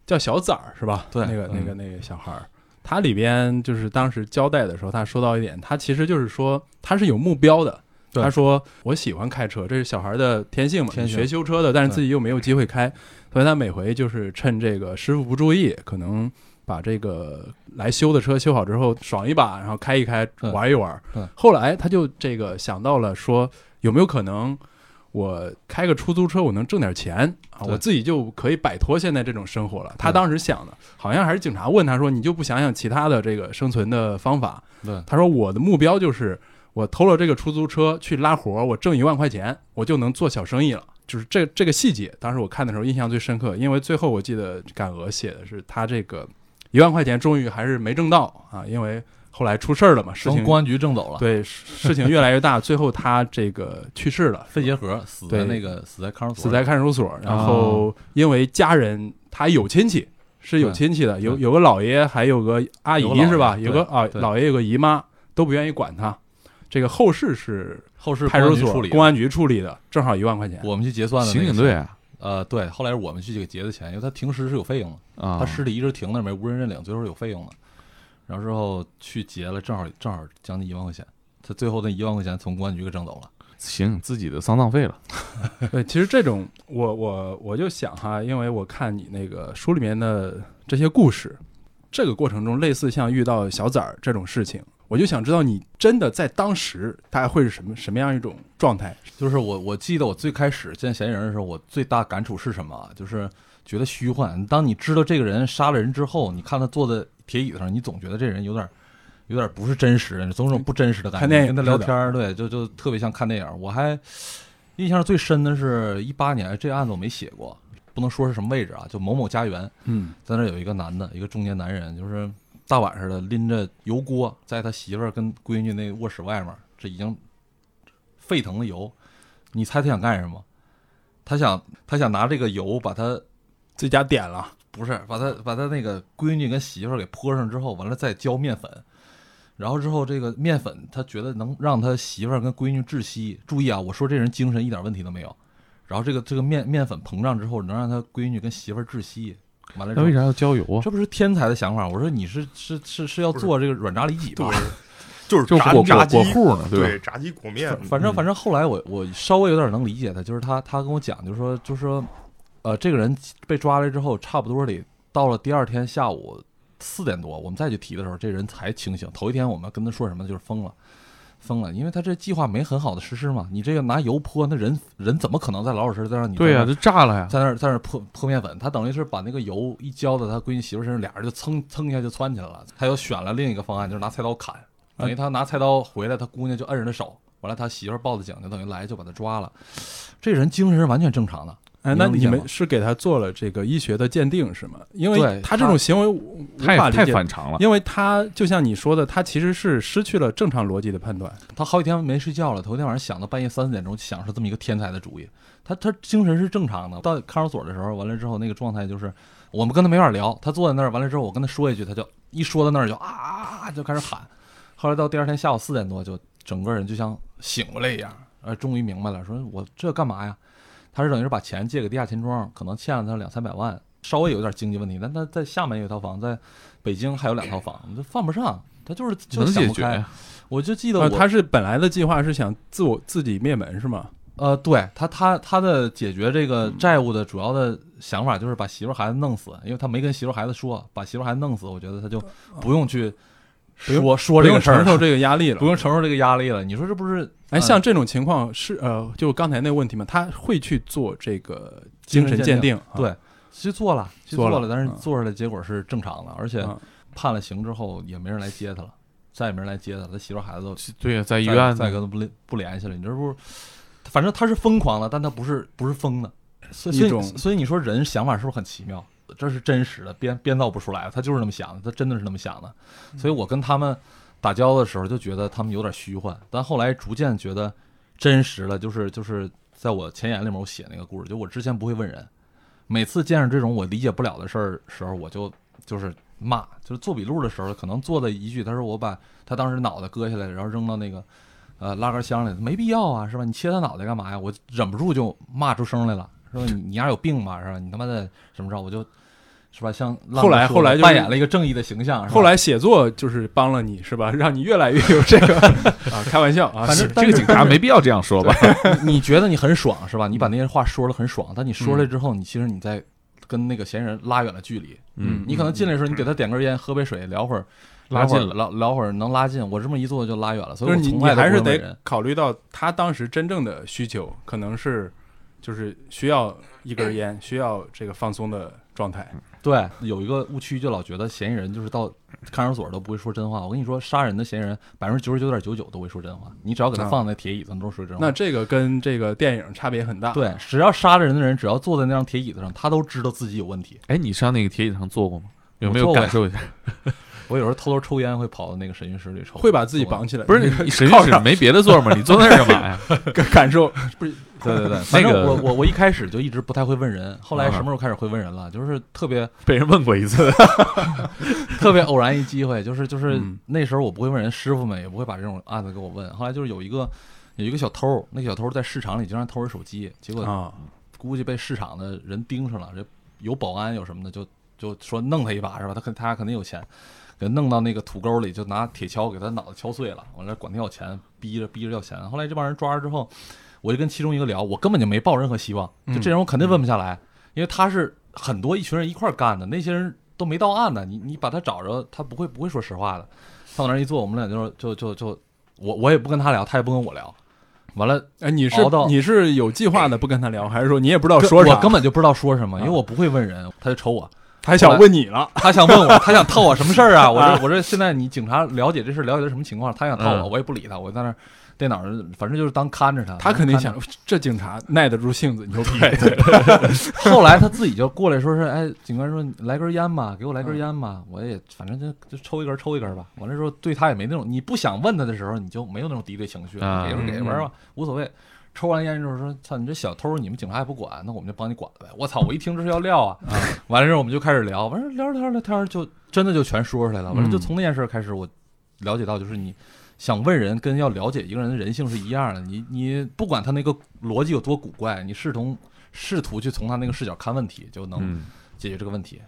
Speaker 4: 叫小崽儿是吧？
Speaker 2: 对
Speaker 4: 那个那个
Speaker 1: 嗯
Speaker 4: 那个小孩儿，他里边就是当时交代的时候，他说到一点，他其实就是说他是有目标的。
Speaker 2: 对
Speaker 4: 他说：“我喜欢开车，这是小孩的天性嘛，
Speaker 2: 天性
Speaker 4: 学修车的，但是
Speaker 2: 对
Speaker 4: 自己又没有机会开，所以他每回就是趁这个师傅不注意，可能把这个来修的车修好之后爽一把，然后开一开
Speaker 2: 对
Speaker 4: 玩一玩
Speaker 2: 对。
Speaker 4: 后来他就这个想到了说，有没有可能我开个出租车，我能挣点钱啊，
Speaker 2: 对
Speaker 4: 我自己就可以摆脱现在这种生活了。他
Speaker 2: 对
Speaker 4: 当时想的，好像还是警察问他说：“你就不想想其他的这个生存的方法
Speaker 2: 对？”
Speaker 4: 他说：“我的目标就是我偷了这个出租车去拉活儿，我挣一万块钱，我就能做小生意了。”就是这这个细节，当时我看的时候印象最深刻，因为最后我记得赶鹅写的是他这个一万块钱终于还是没挣到啊，因为后来出事儿了嘛，事
Speaker 2: 从
Speaker 4: 情
Speaker 2: 公安局挣走了。
Speaker 4: 对事事情越来越大，最后他这个去世了，
Speaker 2: 肺结核死在
Speaker 4: 对
Speaker 2: 那个死在看守所，
Speaker 4: 死在看守所，然后因为家人他有亲戚，是有亲戚的，有
Speaker 2: 哦对
Speaker 4: 有个姥爷，还有个阿
Speaker 2: 有
Speaker 4: 姨
Speaker 2: 个姥爷
Speaker 4: 是吧？有个
Speaker 2: 对
Speaker 4: 啊
Speaker 2: 对
Speaker 4: 姥爷有个姨妈都不愿意管他，这个后事是
Speaker 2: 后事
Speaker 4: 派出所
Speaker 2: 处理的。
Speaker 4: 公安局处理的，正好一万块钱。
Speaker 2: 我们去结算的那
Speaker 1: 刑
Speaker 2: 个
Speaker 1: 警队啊
Speaker 2: 呃对，后来是我们去给结的钱，因为他停尸是有费用的，
Speaker 1: 啊
Speaker 2: 他尸体一直停那儿没无人认领，最后是有费用的。然后之后去结了，正好正好将近一万块钱，他最后那一万块钱从公安局给挣走了。
Speaker 1: 行自己的丧葬费了。
Speaker 4: 对，其实这种我我我就想哈，因为我看你那个书里面的这些故事，这个过程中类似像遇到小崽儿这种事情，我就想知道你真的在当时大概会是什么什么样一种状态？
Speaker 2: 就是我我记得我最开始见嫌疑人的时候，我最大感触是什么啊？就是觉得虚幻。当你知道这个人杀了人之后，你看他坐在铁椅子上，你总觉得这人有点有点不是真实，总有种不真实的感觉。
Speaker 4: 看电影
Speaker 2: 跟他聊天儿，对，就就特别像看电影。我还印象最深的是一八年这案子我没写过，不能说是什么位置啊，就某某家园，
Speaker 4: 嗯
Speaker 2: 在那儿有一个男的，一个中年男人，就是大晚上的拎着油锅，在他媳妇儿跟闺女那卧室外面，这已经沸腾的油，你猜他想干什么？他想他想拿这个油把他
Speaker 4: 自家点了，
Speaker 2: 不是把他把他那个闺女跟媳妇儿给泼上之后，完了再浇面粉，然后之后这个面粉他觉得能让他媳妇儿跟闺女窒息。注意啊，我说这人精神一点问题都没有。然后这个这个面面粉膨胀之后，能让他闺女跟媳妇儿窒息。完了之
Speaker 1: 那
Speaker 2: 后
Speaker 1: 为，啥要郊游啊？
Speaker 2: 这不是天才的想法。我说你是是是是要做这个软炸里脊吧？
Speaker 3: 就是
Speaker 1: 就
Speaker 3: 炸
Speaker 1: 裹
Speaker 3: 炸
Speaker 1: 裹
Speaker 3: 鸡
Speaker 1: 裹户呢，吧？
Speaker 3: 对炸鸡裹面
Speaker 2: 反，反正反正后来我我稍微有点能理解他，就是他他跟我讲，就是说就是说，呃，这个人被抓来之后，差不多得到了第二天下午四点多，我们再去提的时候，这人才清醒。头一天我们跟他说什么，就是疯了。疯了，因为他这计划没很好的实施嘛。你这个拿油泼，那人人怎么可能再老老实实再让你
Speaker 1: 对啊呀、
Speaker 2: 在那
Speaker 1: 这炸了呀！
Speaker 2: 在那儿在那儿泼泼面粉，他等于是把那个油一浇到他闺女媳妇身上，俩人就蹭蹭一下就窜起来了。他又选了另一个方案，就是拿菜刀砍，等于他拿菜刀回来，他姑娘就摁着他手，完了他媳妇儿报的警，就等于来就把他抓了。这人精神是完全正常的，
Speaker 4: 哎，
Speaker 2: 你
Speaker 4: 那
Speaker 2: 能理
Speaker 4: 你
Speaker 2: 解
Speaker 4: 们
Speaker 2: 吗
Speaker 4: 是给他做了这个医学的鉴定是吗？因
Speaker 2: 对
Speaker 4: 为他这
Speaker 2: 他
Speaker 4: 种行为无无
Speaker 1: 太
Speaker 4: 法理
Speaker 1: 太
Speaker 4: 解，
Speaker 1: 反常了。
Speaker 4: 因为他就像你说的，他其实是失去了正常逻辑的判断。
Speaker 2: 他好几天没睡觉了，头天晚上想到半夜三四点钟，想出这么一个天才的主意。他他精神是正常的。到看守所的时候，完了之后那个状态就是，我们跟他没法聊，他坐在那儿，完了之后我跟他说一句，他就一说到那儿就啊啊啊就开始喊。后来到第二天下午四点多，就整个人就像醒过来一样，呃，终于明白了，说我这干嘛呀？他是等于是把钱借给地下钱庄，可能欠了他两三百万，稍微有点经济问题，但他在厦门有一套房，在北京还有两套房，就犯不上，他就是就
Speaker 1: 能
Speaker 2: 想
Speaker 1: 解
Speaker 2: 不
Speaker 1: 决
Speaker 2: 开。
Speaker 1: 呀，
Speaker 2: 我就记得
Speaker 4: 呃，
Speaker 2: 我
Speaker 4: 他是本来的计划是想自我自己灭门是吗？
Speaker 2: 呃，对他，他他的解决这个债务的主要的想法就是把媳妇儿孩子弄死，因为他没跟媳妇儿孩子说，把媳妇儿孩子弄死，我觉得他就不用去
Speaker 4: 不用
Speaker 2: 说说这
Speaker 4: 不
Speaker 2: 个
Speaker 4: 用
Speaker 2: 事儿
Speaker 4: 承
Speaker 2: 了，
Speaker 4: 受这个压力了
Speaker 2: 不。用承受这个压力了。你说这不是？
Speaker 4: 哎，
Speaker 2: 嗯
Speaker 4: 像这种情况是呃，就刚才那问题嘛，他会去做这个
Speaker 2: 精
Speaker 4: 精
Speaker 2: 神
Speaker 4: 神
Speaker 2: 鉴定
Speaker 4: 鉴定，啊，
Speaker 2: 对，去做了，去
Speaker 4: 做
Speaker 2: 了，
Speaker 4: 了
Speaker 2: 但是
Speaker 4: 嗯
Speaker 2: 做出来的结果是正常的，而且
Speaker 4: 嗯
Speaker 2: 判了刑之后也没人来接他了，再也没人来接他了，他媳妇儿孩子都
Speaker 1: 对呀，在医
Speaker 2: 再
Speaker 1: 院
Speaker 2: 再跟他不联不联系了。你这不是，反正他是疯狂的，但他不是不是疯的。所以所以
Speaker 4: 一种
Speaker 2: 所以你说人想法是不是很奇妙？这是真实的，编编造不出来的，他就是那么想的，他真的是那么想的。
Speaker 1: 嗯
Speaker 2: 所以我跟他们打交道的时候就觉得他们有点虚幻，但后来逐渐觉得真实了，就是就是在我前言里面我写那个故事，就我之前不会问人，每次见着这种我理解不了的事儿时候，我就就是骂，就是做笔录的时候，可能做的一句，他说我把他当时脑袋割下来，然后扔到那个呃拉杆箱里，没必要啊，是吧？你切他脑袋干嘛呀？我忍不住就骂出声来了，说你你丫有病吧，是吧？你他妈的什么时候我就。是吧？像浪哥
Speaker 4: 后来
Speaker 2: 说的
Speaker 4: 后来就是
Speaker 2: 扮演了一个正义的形象，是吧
Speaker 4: 后来写作就是帮了你是吧？ 让你越来越有这个啊，开玩笑啊，
Speaker 2: 反正
Speaker 4: 是
Speaker 2: 但
Speaker 1: 这
Speaker 2: 是
Speaker 1: 个警察没必要这样说吧？
Speaker 2: 你你觉得你很爽是吧？你把那些话说的很爽，但你说了之后，你其实你在跟那个嫌疑人拉远了距离。
Speaker 1: 嗯
Speaker 2: 你可能进来的时候，你给他点根烟、喝杯水，聊会儿，
Speaker 1: 拉近
Speaker 2: 了，聊聊会儿能拉近。我这么一坐就拉远了，所
Speaker 4: 就
Speaker 2: 以我
Speaker 4: 是你
Speaker 2: 从
Speaker 4: 你
Speaker 2: 来都
Speaker 4: 还
Speaker 2: 不
Speaker 4: 是
Speaker 2: 会问
Speaker 4: 得
Speaker 2: 人。
Speaker 4: 考虑到他当时真正的需求，可能是就是需要一根烟，需要这个放松的状态。
Speaker 2: 嗯对，有一个误区就老觉得嫌疑人就是到看守所都不会说真话。我跟你说，杀人的嫌疑人百分之九十九点九九都会说真话，你只要给他
Speaker 4: 啊
Speaker 2: 放在铁椅子上，都说真话。
Speaker 4: 那这个跟这个电影差别很大。
Speaker 2: 对，只要杀了人的人，只要坐在那张铁椅子上，他都知道自己有问题。
Speaker 1: 哎，你上那个铁椅子上坐过吗？有没有
Speaker 2: 我坐过呀
Speaker 1: 感受一下？
Speaker 2: 我有时候偷偷抽烟，会跑到那个审讯室里抽，
Speaker 4: 会把自己绑起来，
Speaker 1: 不是你审讯室没别的座儿吗？你坐那儿干嘛呀？
Speaker 4: 感受，不是
Speaker 2: 对对 对，反
Speaker 1: 那
Speaker 2: 正
Speaker 1: 个
Speaker 2: 我我我一开始就一直不太会问人，后
Speaker 4: 啊
Speaker 2: 来什么时候开始会问人了？就是特别
Speaker 1: 被人问过一次，
Speaker 2: 特别偶然一机会，就是就是
Speaker 4: 嗯
Speaker 2: 那时候我不会问人，师傅们也不会把这种案子给我问。后来就是有一个有一个小偷，那个小偷在市场里经常偷人手机，结果
Speaker 4: 啊，
Speaker 2: 估计被市场的人盯上了，这有保安有什么的，就就说弄他一把是吧？他肯他肯定有钱，给他弄到那个土沟里，就拿铁锹给他脑袋敲碎了，完了管他要钱，逼着逼着要钱。后来这帮人抓着之后，我就跟其中一个聊，我根本就没抱任何希望，就这人我肯定问不下来，因为他是很多一群人一块儿干的，那些人都没到案呢，你你把他找着，他不会不会说实话的。他往那儿一坐，我们俩就就就就我我也不跟他聊，他也不跟我聊，完了。
Speaker 4: 哎，你是
Speaker 2: 熬到
Speaker 4: 你是有计划的不跟他聊，还是说你也不知道
Speaker 2: 根
Speaker 4: 哦说啥？
Speaker 2: 我根本就不知道说什么，因为
Speaker 4: 啊
Speaker 2: 我不会问人，他就瞅我，
Speaker 4: 他想问你了，
Speaker 2: 他想问我，他想套我什么事儿啊？我这我这现在你警察了解这事儿了解的什么情况？他想套我，
Speaker 1: 嗯
Speaker 2: 我也不理他，我在那儿电脑上反正就是当看着他，
Speaker 4: 他肯定
Speaker 2: 看着
Speaker 4: 想，这警察耐得住性子，牛逼。
Speaker 2: 后来他自己就过来说是，哎，警官说你来根烟吧，给我来根烟吧，我也反正就就抽一根抽一根吧。完了之后对他也没那种，你不想问他的时候，你就没有那种敌对情绪了，
Speaker 1: 啊
Speaker 2: 给就给
Speaker 4: 嗯
Speaker 2: 玩吧，无所谓。抽完烟之后说：“操，你这小偷，你们警察也不管，那我们就帮你管呗。”我操，我一听这是要撂啊！完了之后我们就开始聊，完了聊着聊着聊天儿就真的就全说出来了。完了就
Speaker 4: 嗯
Speaker 2: 从那件事儿开始，我了解到就是你想问人跟要了解一个人的人性是一样的。你你不管他那个逻辑有多古怪，你试图试图去从他那个视角看问题，就能
Speaker 1: 嗯，
Speaker 2: 解决这个问题。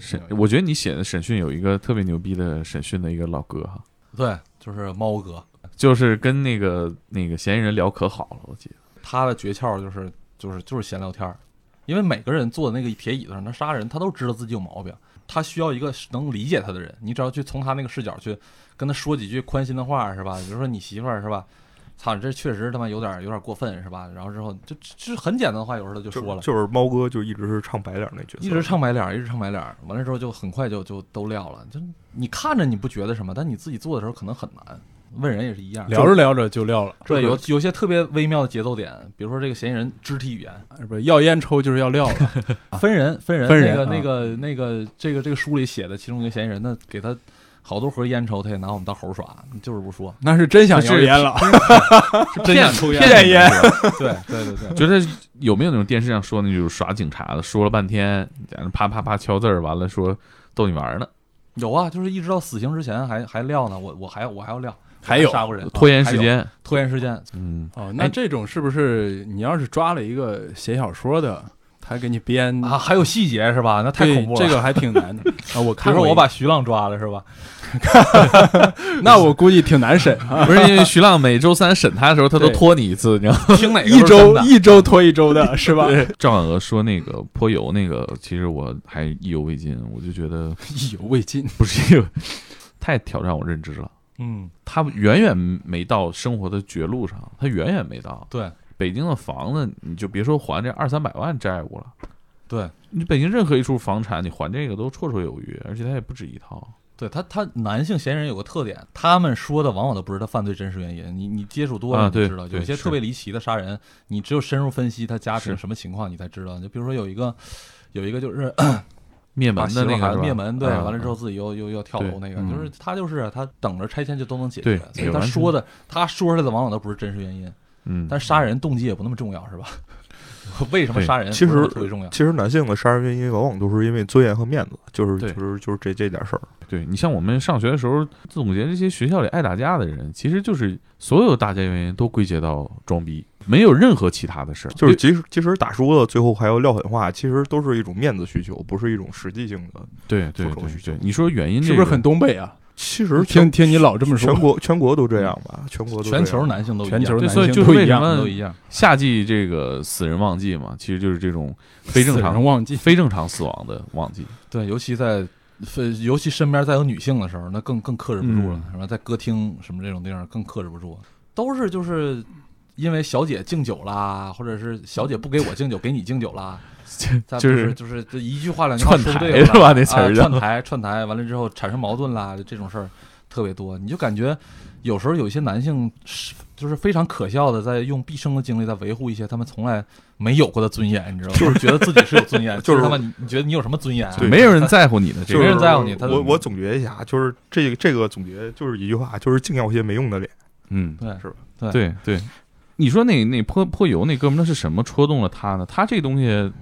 Speaker 1: 审，我觉得你写的审讯有一个特别牛逼的审讯的一个老哥哈，
Speaker 2: 对，就是猫哥，
Speaker 1: 就是跟那个那个嫌疑人聊可好了，我记得。
Speaker 2: 他的诀窍就是就是就是闲聊天儿，因为每个人坐在那个铁椅子上，他杀人，他都知道自己有毛病，他需要一个能理解他的人。你只要去从他那个视角去跟他说几句宽心的话，是吧？比如说你媳妇儿是吧？操，你这确实他妈有点有点过分，是吧？然后之后就就很简单的话，有时候他就
Speaker 3: 就
Speaker 2: 说了。
Speaker 3: 就是猫哥就一直是唱白脸那角色，
Speaker 2: 一直唱白脸儿，一直唱白脸儿，完了之后就很快就就都撂了。就你看着你不觉得什么，但你自己做的时候可能很难。问人也是一样，
Speaker 4: 聊着聊着就撂了，
Speaker 2: 对有有些特别微妙的节奏点，比如说这个嫌疑人肢体语言，
Speaker 4: 不是要烟抽就是要撂 了，
Speaker 2: 分人分人
Speaker 4: 啊分
Speaker 2: 那个
Speaker 4: 人啊
Speaker 2: 那个那个这个这个书里写的其中一个嫌疑人呢，给他好多盒烟抽，他也拿我们当猴耍，就是不 说，
Speaker 4: 那是真想要烟了。
Speaker 2: 真
Speaker 1: 想
Speaker 2: 抽
Speaker 4: 烟
Speaker 2: 对对对对，
Speaker 1: 觉得有没有那种电视上说那种耍警察的，说了半天，在那啪啪啪敲字儿，完了说逗你玩儿呢，
Speaker 2: 有啊，就是一直到死刑之前还还撂呢，我我还我还要撂，
Speaker 4: 还有
Speaker 2: 杀过人，
Speaker 1: 拖延
Speaker 2: 啊还
Speaker 1: 时
Speaker 2: 有
Speaker 1: 间，
Speaker 2: 拖延时间，
Speaker 1: 嗯，
Speaker 4: 哦，那这种是不是你要是抓了一个写小说的，他给你编
Speaker 2: 啊，还有细节是吧？那太
Speaker 4: 对
Speaker 2: 恐怖了。
Speaker 4: 这个还挺难 的啊！我
Speaker 2: 比
Speaker 4: 看
Speaker 2: 如
Speaker 4: 过
Speaker 2: 说
Speaker 4: 一
Speaker 2: 我
Speaker 4: 个
Speaker 2: 把徐浪抓了是吧？
Speaker 4: 那我估计挺难 审啊，
Speaker 1: 不是因为徐浪每周三审他的时候，他都
Speaker 4: 对
Speaker 1: 拖你一次，你知道吗？
Speaker 2: 听哪个
Speaker 4: 一
Speaker 2: 都是真
Speaker 4: 周
Speaker 2: 的
Speaker 4: 一周拖一周的是吧？
Speaker 1: 赵婉娥说那个泼油那个，其实我还意犹未尽，我就觉得
Speaker 4: 意犹未尽，
Speaker 1: 不是因为 太挑战我认知了。
Speaker 2: 嗯，
Speaker 1: 他远远没到生活的绝路上，他远远没到。
Speaker 2: 对
Speaker 1: 北京的房子，你就别说还这二三百万债务了，
Speaker 2: 对
Speaker 1: 你北京任何一处房产，你还这个都绰绰有余，而且它也不止一套。
Speaker 2: 对，他他男性嫌疑人有个特点，他们说的往往都不是他犯罪真实原因。你你接触多了，
Speaker 1: 啊
Speaker 2: 你
Speaker 1: 对
Speaker 2: 知道，
Speaker 1: 对
Speaker 2: 有些
Speaker 1: 是
Speaker 2: 特别离奇的杀人，你只有深入分析他家庭
Speaker 1: 是
Speaker 2: 什么情况，你才知道。就比如说有一个有一个就是
Speaker 1: 灭
Speaker 2: 把
Speaker 1: 门
Speaker 2: 媳
Speaker 1: 的
Speaker 2: 妇
Speaker 1: 那
Speaker 2: 啊孩
Speaker 1: 个
Speaker 2: 子
Speaker 1: 是吧
Speaker 2: 灭门，对，
Speaker 1: 啊
Speaker 2: 完了之后自己又又又跳楼那个，
Speaker 1: 对嗯
Speaker 2: 就是他就是啊他等着拆迁就都能解
Speaker 1: 对
Speaker 2: 决，所以
Speaker 1: 也
Speaker 2: 他
Speaker 1: 完全
Speaker 2: 说的他说出来的往往都不是真实原因，
Speaker 1: 嗯，
Speaker 2: 但杀人动机也不那么重要是吧？ 为什么
Speaker 1: 对
Speaker 2: 杀人
Speaker 3: 其
Speaker 2: 不是
Speaker 3: 实
Speaker 2: 特别重要？
Speaker 3: 其实男性的杀人原因往往都是因为尊严和面子，就是
Speaker 1: 对
Speaker 3: 就是就是这这点事儿。
Speaker 1: 对你像我们上学的时候总结这些学校里爱打架的人，其实就是所有打架原因都归结到装逼，没有任何其他的事儿。
Speaker 3: 就是即使即使打输了，最后还要撂狠话，其实都是一种面子需求，不是一种实际性的。
Speaker 1: 对对
Speaker 3: 复仇
Speaker 1: 对
Speaker 3: 需求
Speaker 1: 对，你说原因、这
Speaker 4: 是
Speaker 1: 个、
Speaker 4: 不是很东北啊？
Speaker 3: 其实
Speaker 4: 听
Speaker 3: 全
Speaker 4: 听你老这么
Speaker 3: 全
Speaker 4: 说，
Speaker 3: 国全国都这样吧，全国都这
Speaker 2: 全
Speaker 3: 样
Speaker 2: 球男性都一样
Speaker 4: 全球
Speaker 1: 对
Speaker 4: 男
Speaker 1: 所以
Speaker 4: 性
Speaker 1: 就是
Speaker 4: 都
Speaker 1: 为
Speaker 4: 一
Speaker 1: 什
Speaker 4: 样，
Speaker 1: 么
Speaker 2: 都一样，
Speaker 1: 夏季这个死人旺季嘛？其实就是这种非正
Speaker 4: 死人
Speaker 1: 常、
Speaker 4: 忘记。
Speaker 1: 非正常死亡的旺 季。
Speaker 2: 对，尤其在。分尤其身边再有女性的时候，那更更克制不住了，
Speaker 1: 嗯
Speaker 2: 是吧？在歌厅什么这种地方更克制不住，都是就是因为小姐敬酒啦，或者是小姐不给我敬酒，给你敬酒啦，
Speaker 1: 就
Speaker 2: 再就是就是这一句话两句话
Speaker 1: 串
Speaker 2: 说不
Speaker 1: 台
Speaker 2: 对了
Speaker 1: 是吧？那词
Speaker 2: 啊
Speaker 1: 儿叫
Speaker 2: 串台串台，完了之后产生矛盾啦，这种事儿特别多。你就感觉有时候有一些男性是就是非常可笑的，在用毕生的精力在维护一些他们从来没有过的尊严，你 知道吗？就是觉得自己是有尊 严，
Speaker 3: 就是
Speaker 2: 他妈你你觉得你有什么尊严啊？
Speaker 1: 没有人在乎你的这
Speaker 3: 就
Speaker 1: 个
Speaker 2: 没
Speaker 3: 是
Speaker 2: 人在乎你他
Speaker 3: 我我总结一下，就是这个这个总结就是一句话，就是净要些没用的脸。
Speaker 1: 嗯，
Speaker 2: 对
Speaker 3: 是吧
Speaker 2: 对
Speaker 1: 对对。你说那那泼泼油那哥们儿，那是什么戳动了他呢？他这东西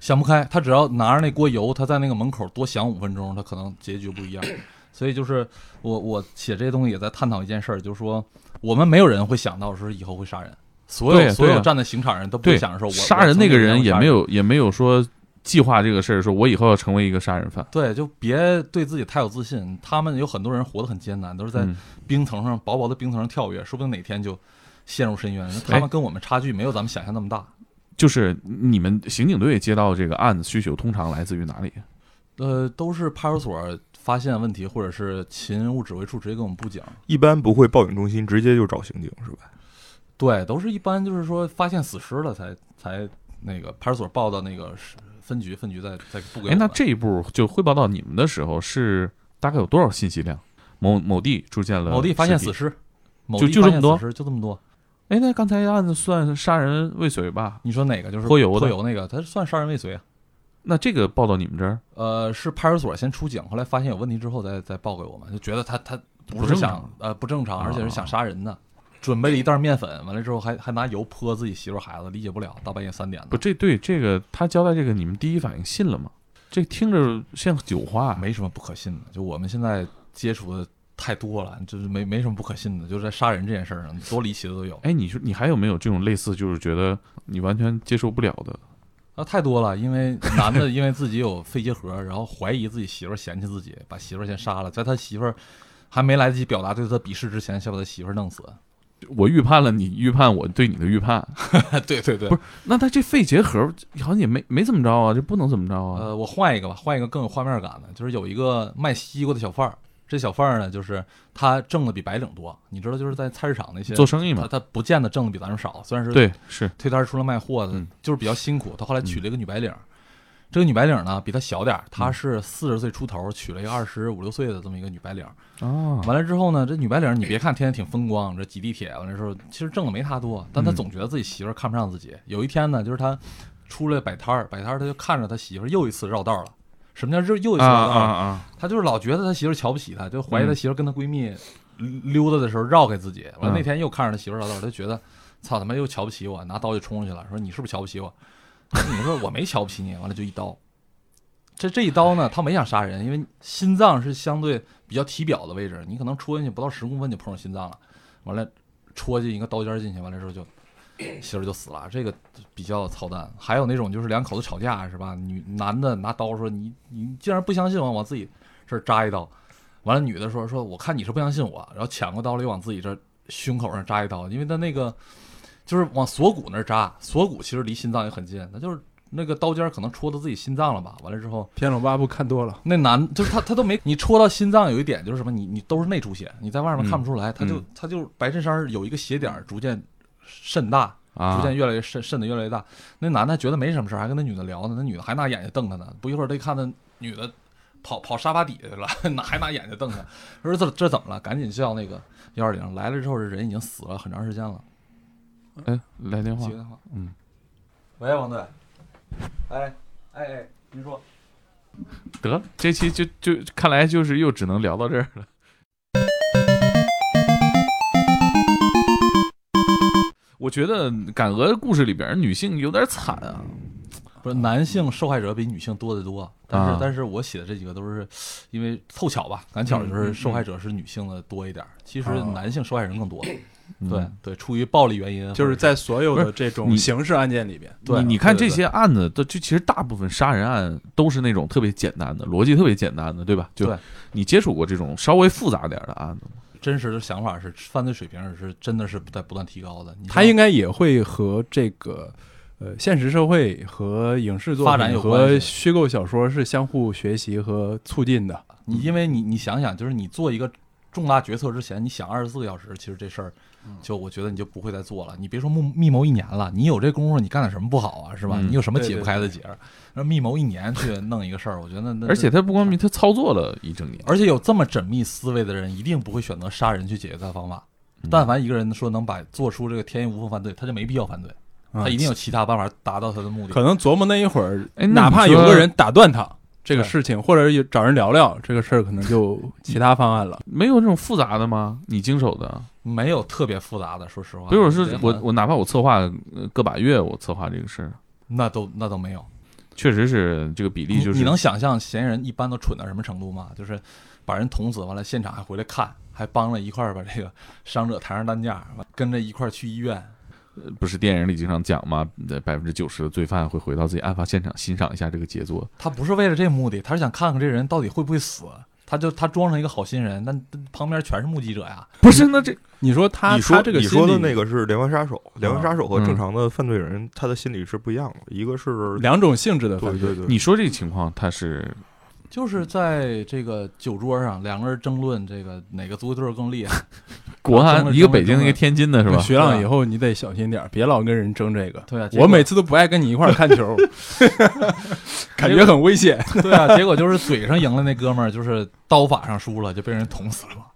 Speaker 2: 想不开，他只要拿着那锅油，他在那个门口多想五分钟，他可能结局不一 样。所以就是我我写这些东西也在探讨一件事儿，就是说我们没有人会想到说以后会杀人，所有、
Speaker 1: 对啊
Speaker 2: 所有
Speaker 1: 对啊
Speaker 2: 站在刑场人都不
Speaker 1: 对
Speaker 2: 会想着说我
Speaker 1: 杀人那个人也没。
Speaker 2: 我曾经想过杀
Speaker 1: 有也没有说计划这个事儿，说我以后要成为一个杀人犯。
Speaker 2: 对，就别对自己太有自信。他们有很多人活得很艰难，都是在
Speaker 1: 嗯
Speaker 2: 冰层上薄薄的冰层上跳跃，说不定哪天就陷入深渊。
Speaker 1: 哎
Speaker 2: 他们跟我们差距没有咱们想象那么大。
Speaker 1: 就是你们刑警队接到这个案子需求，通常来自于哪里？
Speaker 2: 呃，都是派出所发现问题，或者是勤务指挥处直接给我们布警。
Speaker 3: 一般不会报警中心直接就找刑警，是吧？
Speaker 2: 对，都是一般就是说发现死尸了才才那个派出所报到那个是分局，分局再再布给我
Speaker 1: 哎，
Speaker 2: 们。
Speaker 1: 那这一步就汇报到你们的时候是大概有多少信息量？某某地出现了
Speaker 2: 某地发现
Speaker 1: 尸
Speaker 2: 死
Speaker 1: 体，
Speaker 2: 尸，某
Speaker 1: 就
Speaker 2: 地
Speaker 1: 就
Speaker 2: 发
Speaker 1: 这
Speaker 2: 现
Speaker 1: 么多
Speaker 2: 死尸就这么多。
Speaker 1: 哎，那刚才案子算杀人未遂吧？
Speaker 2: 你说哪个就是
Speaker 1: 泼油的
Speaker 2: 泼油那个，他算杀人未遂啊？
Speaker 1: 那这个报到你们这儿，
Speaker 2: 呃，是派出所先出警，后来发现有问题之后再再报给我们，就觉得他他不
Speaker 1: 不
Speaker 2: 是
Speaker 1: 正
Speaker 2: 想
Speaker 1: 常
Speaker 2: 呃不正常，而且
Speaker 1: 啊
Speaker 2: 是想杀人的。准备了一袋面粉，完了之后还还拿油泼自己媳妇孩子，理解不了，大半夜三点的，
Speaker 1: 不，这对这个他交代这个，你们第一反应信了吗？这听着像酒话，啊
Speaker 2: 没什么不可信的。就我们现在接触的太多了，就是没没什么不可信的，就是在杀人这件事儿上，多离奇的都有。
Speaker 1: 哎，你说你还有没有这种类似，就是觉得你完全接受不了的？
Speaker 2: 啊，太多了，因为男的因为自己有肺结核，然后怀疑自己媳妇儿嫌弃自己，把媳妇儿先杀了，在他媳妇儿还没来得及表达对他鄙视之前，先把他媳妇儿弄死。
Speaker 1: 我预判了你预判我对你的预判，
Speaker 2: 对对对
Speaker 1: 不是那他这肺结核好像也没没怎么着啊，这不能怎么着啊？
Speaker 2: 呃，我换一个吧，换一个更有画面感的，就是有一个卖西瓜的小贩儿，这小贩儿呢，就是他挣的比白领多，你知道，就是在菜市场那些
Speaker 1: 做生意
Speaker 2: 他
Speaker 1: 嘛，
Speaker 2: 他不见得挣的比咱们少，虽然是
Speaker 1: 对，是
Speaker 2: 推摊儿出来卖货的
Speaker 1: 嗯，
Speaker 2: 就是比较辛苦。他后来娶了一个女白领儿，这个女白领儿呢比他小点儿，她
Speaker 1: 嗯
Speaker 2: 是四十岁出头娶了一个二十五六岁的这么一个女白领儿。
Speaker 1: 啊，
Speaker 2: 完了之后呢，这女白领儿你别看天天挺风光，这挤地铁完了之后，其实挣的没她多，但她
Speaker 1: 嗯
Speaker 2: 总觉得自己媳妇儿看不上自己。有一天呢，就是她出来摆摊儿，摆摊儿她就看着她媳妇儿又一次绕道了。什么叫又又一次
Speaker 1: 啊
Speaker 2: 绕道
Speaker 1: 啊
Speaker 2: 了？
Speaker 1: 啊！
Speaker 2: 他就是老觉得他媳妇儿瞧不起他，就怀疑
Speaker 1: 嗯
Speaker 2: 他媳妇儿跟他闺蜜溜溜达的时候绕开自己。完
Speaker 1: 嗯
Speaker 2: 了那天又看着他媳妇儿绕道，他觉得操他妈又瞧不起我，拿刀就冲上去了，说你是不是瞧不起我？你说我没瞧不起你，完了就一刀。这这一刀呢，他没想杀人，因为心脏是相对比较体表的位置，你可能戳进去不到十公分就碰上心脏了，完了戳进一个刀尖进去，完了之后就 媳妇儿就死了，这个比较操蛋。还有那种就是两口子吵架是吧？女男的拿刀说你你竟然不相信我，往自己这儿扎一刀，完了女的说说我看你是不相信我，然后抢过刀来往自己这儿胸口上扎一刀，因为他那个就是往锁骨那儿扎，锁骨其实离心脏也很近，那就是那个刀尖儿可能戳到自己心脏了吧？完了之后。
Speaker 4: 天龙八部看多了，
Speaker 2: 那男就是他，他都没你戳到心脏有一点就是什么，你你都是内出血，你在外面看不出来，他就
Speaker 1: 嗯
Speaker 2: 他就白衬衫儿有一个血点儿逐渐渗大，
Speaker 1: 啊，
Speaker 2: 逐渐越来越渗渗的越来越大。那男的觉得没什么事儿，还跟那女的聊呢，那女的还拿眼睛瞪他呢。不一会儿，他一看那女的跑跑沙发底下去了， 拿还拿眼睛瞪他，说这这怎么了？赶紧叫那个幺二零来了之后，人已经死了很长时间了。
Speaker 1: 哎，来电话
Speaker 2: 接，电话，
Speaker 1: 嗯，
Speaker 2: 喂，王队，哎哎哎，您说。
Speaker 1: 得了，这期就就看来就是又只能聊到这儿了。我觉得赶鹅的故事里边，女性有点惨啊。
Speaker 2: 不是男性受害者比女性多得多，但是、
Speaker 1: 啊
Speaker 2: 但是我写的这几个都是因为凑巧吧，赶
Speaker 1: 嗯
Speaker 2: 巧就是受害者是女性的多一点儿，其
Speaker 1: 啊
Speaker 2: 实男性受害人更多，嗯对对，出于暴力原因，
Speaker 4: 就是在所有
Speaker 1: 不
Speaker 4: 的
Speaker 1: 是
Speaker 4: 这
Speaker 1: 你
Speaker 4: 种刑事案件里边，
Speaker 2: 对
Speaker 1: 你你看
Speaker 2: 对
Speaker 1: 这
Speaker 2: 对
Speaker 1: 些案子，都就其实大部分杀人案都是那种特别简单的，逻辑特别简单的，对吧？就
Speaker 2: 对
Speaker 1: 你接触过这种稍微复杂点的案子吗？
Speaker 2: 真实的想法是犯罪水平是真的是在不断提高的，你
Speaker 4: 他应该也会和这个呃现实社会和影视作
Speaker 2: 发展
Speaker 4: 品
Speaker 2: 有关系
Speaker 4: 和虚构小说是相互学习和促进的。
Speaker 2: 你因为你你想想，就是你做一个重大决策之前，你想二十四个小时，其实这事儿，就我觉得你就不会再做了。你别说密密谋一年了，你有这功夫，你干点什么不好啊？是吧？
Speaker 1: 嗯
Speaker 2: 你有什么
Speaker 4: 对
Speaker 2: 解不
Speaker 4: 对
Speaker 2: 开的结儿？那密谋一年去弄一个事儿，我觉得那
Speaker 1: 而且他不光明，他操作了一整年。
Speaker 2: 而且有这么缜密思维的人，一定不会选择杀人去解决他的方法。
Speaker 1: 嗯
Speaker 2: 但凡一个人说能把做出这个天衣无缝犯罪，他就没必要犯罪，他
Speaker 4: 啊
Speaker 1: 嗯
Speaker 2: 一定有其他办法达到他的目的。
Speaker 4: 可能琢磨那一会儿，
Speaker 1: 哎那你
Speaker 4: 哪怕有
Speaker 1: 说
Speaker 4: 个人打断他这个
Speaker 2: 对
Speaker 4: 事情，或者有找人聊聊这个事儿，可能就其他方案了。
Speaker 1: 没有这种复杂的吗？你经手的，
Speaker 2: 没有特别复杂的，说实话。
Speaker 1: 比如说是
Speaker 2: 连环
Speaker 1: 我我哪怕我策划呃个把月，我策划这个事儿，
Speaker 2: 那都那都没有。
Speaker 1: 确实是这个比例
Speaker 2: 你
Speaker 1: 就是
Speaker 2: 你能想象嫌疑人一般都蠢到什么程度吗？就是把人捅死，完了现场还回来看，还帮着一块儿把这个伤者抬上担架，完跟着一块儿去医院。
Speaker 1: 不是电影里经常讲吗？百分之九十的罪犯会回到自己案发现场欣赏一下这个杰作。
Speaker 2: 他不是为了这目的，他是想看看这人到底会不会死。他就他装成一个好心人，但但旁边全是目击者呀。
Speaker 1: 不是，那这
Speaker 4: 你说他
Speaker 3: 你说
Speaker 4: 他这个
Speaker 3: 你说的
Speaker 4: 心理
Speaker 3: 那个是连环杀手，连环杀手和
Speaker 1: 嗯
Speaker 3: 正常的犯罪人他的心理是不一样的，一个是
Speaker 4: 两种性质的
Speaker 3: 对
Speaker 4: 犯罪，
Speaker 3: 对对，
Speaker 1: 你说这情况，他是
Speaker 2: 就是在这个酒桌上，两个人争论这个哪个足球队更厉害。
Speaker 1: 国
Speaker 2: 中
Speaker 1: 安
Speaker 2: 了
Speaker 1: 一个
Speaker 2: 中了
Speaker 1: 北京
Speaker 2: 中
Speaker 1: 一个
Speaker 2: 了
Speaker 1: 天津的是吧？
Speaker 4: 学长以后你得小心点儿，别老跟人争这个。
Speaker 2: 对啊，结果
Speaker 4: 我每次都不爱跟你一块儿看球， 感觉很危险。
Speaker 2: 对 啊，结果就是嘴上赢了那哥们儿，就是刀法上输了，就被人捅死了嘛。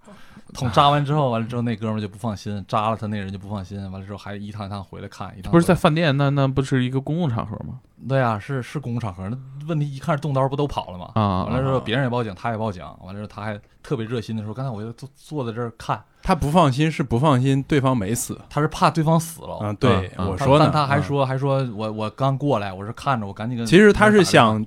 Speaker 2: 捅扎完之后，完了之后那哥们儿就不放心，扎了他那人就不放心，完了之后还一趟一趟回来看，一趟
Speaker 1: 不是在
Speaker 2: 回来
Speaker 1: 饭店，那那不是一个公共场合吗？
Speaker 2: 对啊，是是公共场合，那问题一看是动刀不都跑了吗？
Speaker 1: 啊
Speaker 2: 完了之后别人也报警，他也报警，完了之后他还特别热心的说，刚才我就坐坐在这儿看，
Speaker 4: 他不放心是不放心对方没死
Speaker 2: 他是怕对方死了。哦
Speaker 4: 啊？对，
Speaker 1: 嗯
Speaker 4: 我
Speaker 2: 他
Speaker 4: 说呢，
Speaker 2: 但他还
Speaker 4: 啊
Speaker 2: 说、还说我我刚过来，我是看着我赶紧跟。
Speaker 4: 其实他是想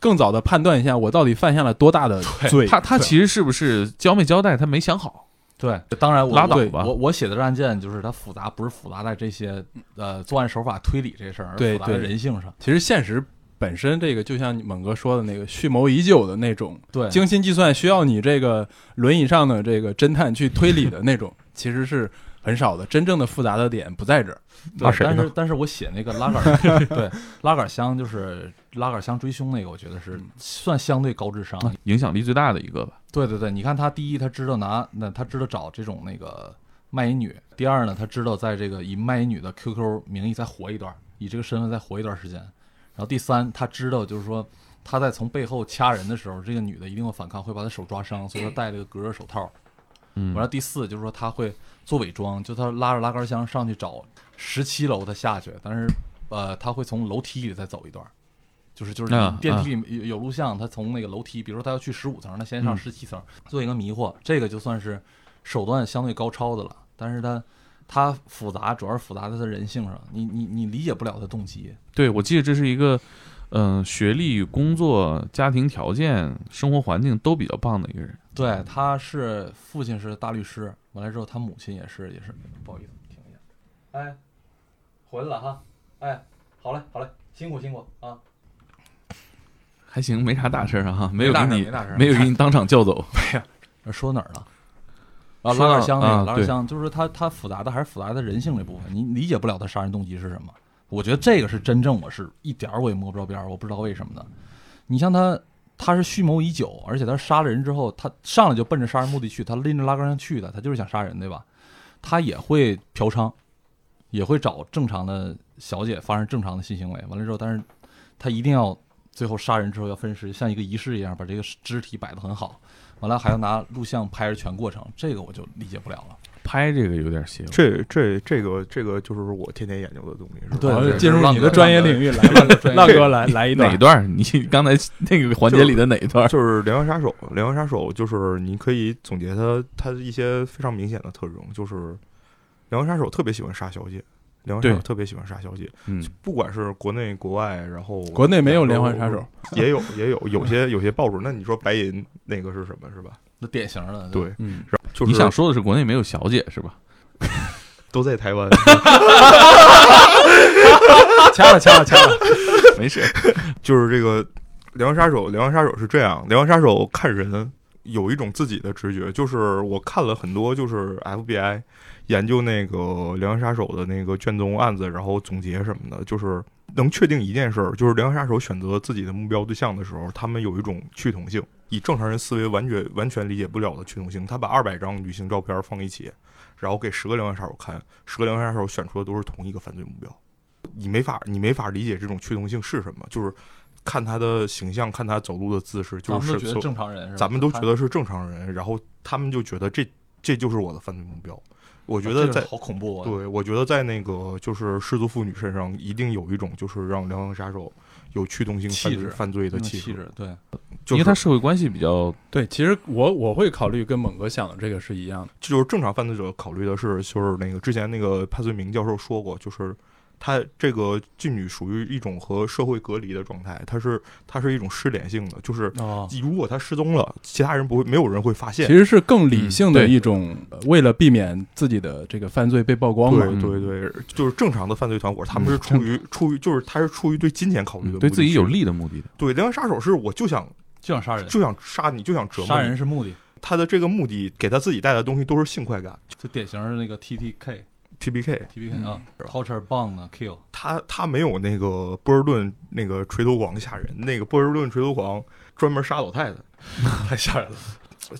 Speaker 4: 更早的判断一下我到底犯下了多大的罪。
Speaker 1: 他他其实是不是交没交代，他没想好。
Speaker 2: 对，当然我
Speaker 1: 拉倒
Speaker 2: 我
Speaker 1: 吧
Speaker 2: 我我写的这案件就是它复杂，不是复杂在这些呃作案手法推理这事儿，而
Speaker 4: 对
Speaker 2: 复杂在
Speaker 4: 对
Speaker 2: 人性上。
Speaker 4: 其实现实本身这个，就像猛哥说的那个蓄谋已久的那种
Speaker 2: 对，
Speaker 4: 精心计算，需要你这个轮椅上的这个侦探去推理的 那种，其实是很少的。真正的复杂的点不在这儿。
Speaker 2: 对
Speaker 3: 骂谁
Speaker 2: 但
Speaker 3: 呢
Speaker 2: 是但是我写那个拉杆儿对拉杆儿箱就是拉杆儿箱追凶那个，我觉得是算相对高智商。
Speaker 1: 影响力最大的一个吧。
Speaker 2: 对对对，你看他第一，他知道拿那他知道找这种那个卖淫女；第二呢，他知道在这个以卖淫女的 QQ 名义再活一段，以这个身份再活一段时间。然后第三，他知道就是说他在从背后掐人的时候，这个女的一定会反抗，会把他手抓伤，所以他戴了个隔热手套。
Speaker 1: 嗯
Speaker 2: 完了第四就是说他会做伪装，就他拉着拉杆箱上去找十七楼，他下去，但是呃他会从楼梯里再走一段，就是就是
Speaker 1: 啊
Speaker 2: 电梯里有有录像，他从那个楼梯，比如说他要去十五层，他先上
Speaker 1: 嗯
Speaker 2: 十七层做一个迷惑，这个就算是手段相对高超的了，但是他它复杂主要是复杂在它人性上，你你你理解不了它的动机。
Speaker 1: 对，我记得这是一个，嗯、学历、工作、家庭条件、生活环境都比较棒的一个人。
Speaker 2: 对，他是父亲是大律师，完了之后他母亲也是也是，不好意思，停一下。哎，回来了哈，哎，好嘞好嘞，辛苦辛苦啊。
Speaker 1: 还行，没啥大事儿啊哈，没有
Speaker 2: 没
Speaker 1: 给
Speaker 2: 大事儿
Speaker 1: 你
Speaker 2: 没大事儿
Speaker 1: 有给你当场叫走。
Speaker 2: 说哪儿了？啊，
Speaker 1: 说到
Speaker 2: 拉杆箱那
Speaker 1: 啊
Speaker 2: 个，拉杆箱就是它，它复杂的还是复杂的人性这部分，你理解不了他杀人动机是什么。我觉得这个是真正我是一点儿我也摸不着边儿，我不知道为什么的。你像他，他是蓄谋已久，而且他杀了人之后，他上来就奔着杀人目的去，他拎着拉杆箱去的，他就是想杀人，对吧？他也会嫖娼，也会找正常的小姐发生正常的性行为，完了之后，但是他一定要最后杀人之后要分尸，像一个仪式一样把这个肢体摆得很好，完了还要拿录像拍着全过程，这个我就理解不了了。
Speaker 1: 拍这个有点邪乎。
Speaker 3: 这这这个这个就是我天天研究的东西，是吧？
Speaker 2: 对
Speaker 4: 好
Speaker 2: 对
Speaker 4: 进入你的专业领域来
Speaker 2: 浪哥
Speaker 4: 吧，
Speaker 2: 专业
Speaker 4: 浪哥来来一
Speaker 1: 哪
Speaker 4: 段
Speaker 1: 一，段儿？你刚才那个环节里的哪一段 儿？
Speaker 3: 就是《连环杀手》，《连环杀手》就是你可以总结它它的一些非常明显的特征，就是《连环杀手》特别喜欢杀小姐，《连环杀手
Speaker 1: 对》
Speaker 3: 特别喜欢杀小姐，
Speaker 1: 嗯，
Speaker 3: 不管是国内国外，然后
Speaker 4: 国内没有连环杀手，
Speaker 3: 也有也有有些有些报纸，那你说白银那个是什么是吧？
Speaker 2: 那典型的
Speaker 3: 对，
Speaker 1: 嗯，
Speaker 3: 然后就是
Speaker 1: 你想说的是国内没有小姐是吧？
Speaker 3: 都在台湾，
Speaker 2: 掐了掐了掐 了，
Speaker 1: 没事，
Speaker 3: 就是这个《连环杀手》，《连环杀手》是这样，《连环杀手》看人有一种自己的直觉，就是我看了很多就是 FBI 研究那个《连环杀手》的那个卷宗案子，然后总结什么的，就是能确定一件事儿，就是《连环杀手》选择自己的目标对象的时候，他们有一种趋同性，以正常人思维完全完全理解不了的趋同性。他把二百张女性照片放一起，然后给十个连环杀手看，十个连环杀手选出的都是同一个犯罪目标。你没法，你没法理解这种趋同性是什么，就是看他的形象，看他走路的姿势，
Speaker 2: 咱
Speaker 3: 就
Speaker 2: 们
Speaker 3: 是
Speaker 2: 哦都觉得
Speaker 3: 所
Speaker 2: 正常人是吧？
Speaker 3: 咱们都觉得是正常人，然后他们就觉得这这就是我的犯罪目标。我
Speaker 2: 我
Speaker 3: 觉得在、
Speaker 2: 好恐怖啊！
Speaker 3: 对，我觉得在那个就是失足妇女身上，一定有一种就是让连环杀手有驱动性犯
Speaker 2: 气
Speaker 3: 罪
Speaker 2: 质
Speaker 3: 犯罪的
Speaker 2: 那种
Speaker 3: 气
Speaker 2: 气
Speaker 3: 质，
Speaker 2: 质对，
Speaker 3: 就
Speaker 1: 因为
Speaker 3: 是
Speaker 1: 他社会关系比较
Speaker 4: 对，其实我我会考虑跟猛哥想的这个是一样的，
Speaker 3: 就是正常犯罪者考虑的是，就是那个之前那个潘绥明教授说过，就是他这个妓女属于一种和社会隔离的状态，它是它是一种失联性的，就是
Speaker 4: 哦，
Speaker 3: 如果他失踪了，其他人不会没有人会发
Speaker 4: 其
Speaker 3: 现。
Speaker 4: 实是更理性的
Speaker 1: 嗯对
Speaker 4: 一种，呃为了避免自己的这个犯罪被曝光嘛，
Speaker 3: 对对对，就是正常的犯罪团伙，他们是出于出于就是他是出于对金钱考虑
Speaker 1: 嗯
Speaker 3: 的，
Speaker 1: 对自己有。利的目的的。
Speaker 3: 对，连环杀手是我就想
Speaker 2: 就想杀人，
Speaker 3: 就想杀你，就想折磨你
Speaker 2: 杀人是目的，
Speaker 3: 他的这个目的给他自己带来的东西都是性快感
Speaker 2: 就典型的那个 T T K
Speaker 3: ，T B K。
Speaker 2: T P K 啊，torture bomb 啊 kill，
Speaker 3: 他他没有那个波士顿那个锤头狂吓人，那个波士顿锤头狂专门杀老太太，
Speaker 2: 太吓人了。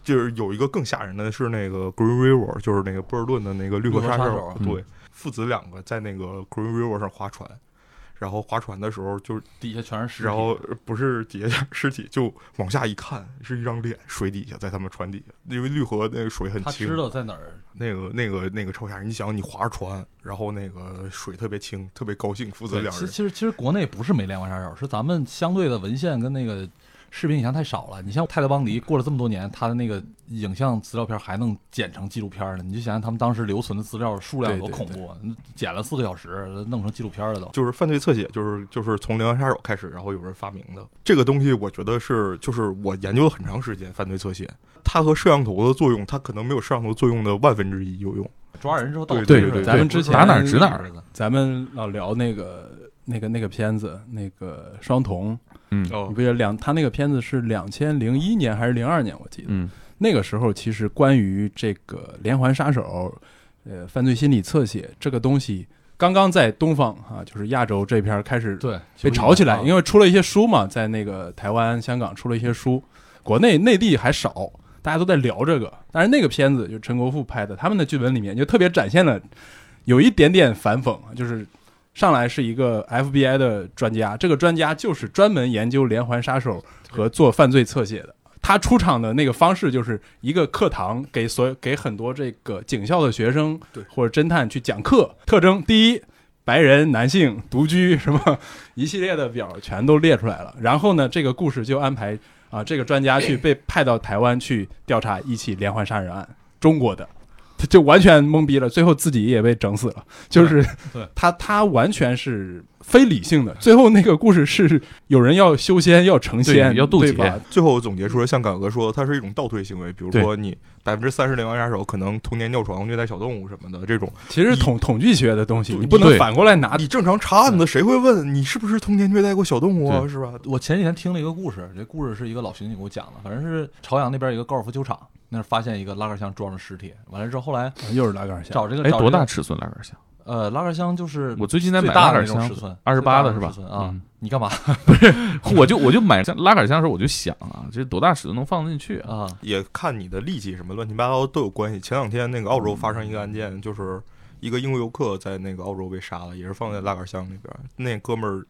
Speaker 3: 就是有一个更吓人的是那个 Green River，就是那个波士顿的那个绿河
Speaker 2: 绿河
Speaker 3: 杀
Speaker 2: 杀
Speaker 3: 手啊
Speaker 2: 手，
Speaker 1: 嗯
Speaker 3: 对，父子两个在那个 Green River 上划船，然后划船的时候就是，
Speaker 2: 底下全是尸体，
Speaker 3: 然后不是底下尸体，就往下一看是一张脸，水底下在他们船底下，因为绿河那个水很
Speaker 2: 他
Speaker 3: 清，
Speaker 2: 知道在哪儿，
Speaker 3: 那个那个那个超吓人，你想你划着船，然后那个水特别清，特别高兴，父子
Speaker 2: 对，
Speaker 3: 两
Speaker 2: 其实
Speaker 3: 人
Speaker 2: 其实其实国内不是没连环杀手，是咱们相对的文献跟那个视频影像太少了。你像泰勒邦迪过了这么多年，他的那个影像资料片还能剪成纪录片呢，你就想想他们当时留存的资料数量多
Speaker 4: 对对
Speaker 2: 恐怖，啊！剪了四个小时，弄成纪录片了都。
Speaker 3: 就是犯罪侧写，就是就是从《连环杀手》开始，然后有人发明的这个东西，我觉得是就是我研究了很长时间犯罪侧写，它和摄像头的作用，它可能没有摄像头作用的万分之一有用。
Speaker 2: 抓人之后到
Speaker 3: 对
Speaker 2: 底
Speaker 1: 对
Speaker 2: 是
Speaker 1: 对
Speaker 2: 咱们
Speaker 4: 对
Speaker 2: 之前
Speaker 4: 打哪儿
Speaker 1: 指哪儿
Speaker 4: 咱们老聊那个那个那个片子，那个双瞳，
Speaker 1: 嗯
Speaker 2: 哦
Speaker 4: 你不觉得两他那个片子是两千零一年还是零二年？我记得、
Speaker 1: 嗯，
Speaker 4: 那个时候，其实关于这个连环杀手，呃，犯罪心理侧写这个东西，刚刚在东方啊，就是亚洲这片儿开始
Speaker 2: 对
Speaker 4: 被炒起来，因
Speaker 2: 为
Speaker 4: 为出了一些书嘛，在那个台湾、香港出了一些书，国内内地还少，大家都在聊这个。但是那个片子就陈国富拍的，他们的剧本里面就特别展现了有一点点反讽，啊就是上来是一个 FBI 的专家，这个专家就是专门研究连环杀手和做犯罪侧写的。他出场的那个方式就是一个课堂，给所有给很多这个警校的学生
Speaker 3: 对
Speaker 4: 或者侦探去讲课。特征第一，白人男性独居，什么一系列的表全都列出来了。然后呢，这个故事就安排啊、这个专家去被派到台湾去调查一起连环杀人案，中国的。 他就完全懵逼了，最后自己也被整死了。就是
Speaker 2: 对 对
Speaker 4: 他他完全是非理性的。最后那个故事是有人要修仙，要成仙，
Speaker 1: 对要渡
Speaker 4: 对
Speaker 1: 劫
Speaker 4: 吧？
Speaker 3: 最后总结出来，像敢哥说，它是一种倒推行为，比如
Speaker 1: 对
Speaker 3: 说你百分之三十连环杀手可能童年尿床、虐待小动物什么的这种，
Speaker 4: 其实是统统计学的东西，
Speaker 3: 对
Speaker 4: 你不能
Speaker 1: 对
Speaker 4: 反过来
Speaker 1: 啊
Speaker 4: 拿
Speaker 3: 你正常查案子谁会问你是不是童年虐待过小动物啊？
Speaker 1: 对
Speaker 3: 是吧？
Speaker 2: 我前几天听了一个故事，这故事是一个老刑警给我讲的，反正是朝阳那边一个高尔夫球场，那儿发现一个拉杆箱装着尸体，完了之后后来
Speaker 4: 又是拉杆箱。
Speaker 2: 找这个
Speaker 1: 哎，
Speaker 2: 找这
Speaker 1: 多
Speaker 2: 个
Speaker 1: 大尺寸拉杆箱？
Speaker 2: 呃，拉杆箱就是
Speaker 1: 我最近在
Speaker 2: 最
Speaker 1: 买
Speaker 2: 大
Speaker 1: 拉
Speaker 2: 的
Speaker 1: 杆
Speaker 2: 那种
Speaker 1: 箱
Speaker 2: 尺，寸，
Speaker 1: 二十八的是吧
Speaker 2: 最大那种尺寸？啊
Speaker 1: 嗯，
Speaker 2: 你干嘛
Speaker 1: 我就我就买拉杆箱的时候，我就想啊，这多大尺寸能放得进去啊？
Speaker 2: 啊？
Speaker 3: 也看你的力气什么乱七八糟都有关系。前两天那个澳洲发生一个案件，就是一个英国游客在那个澳洲被杀了，也是放在拉杆箱里边。那哥们儿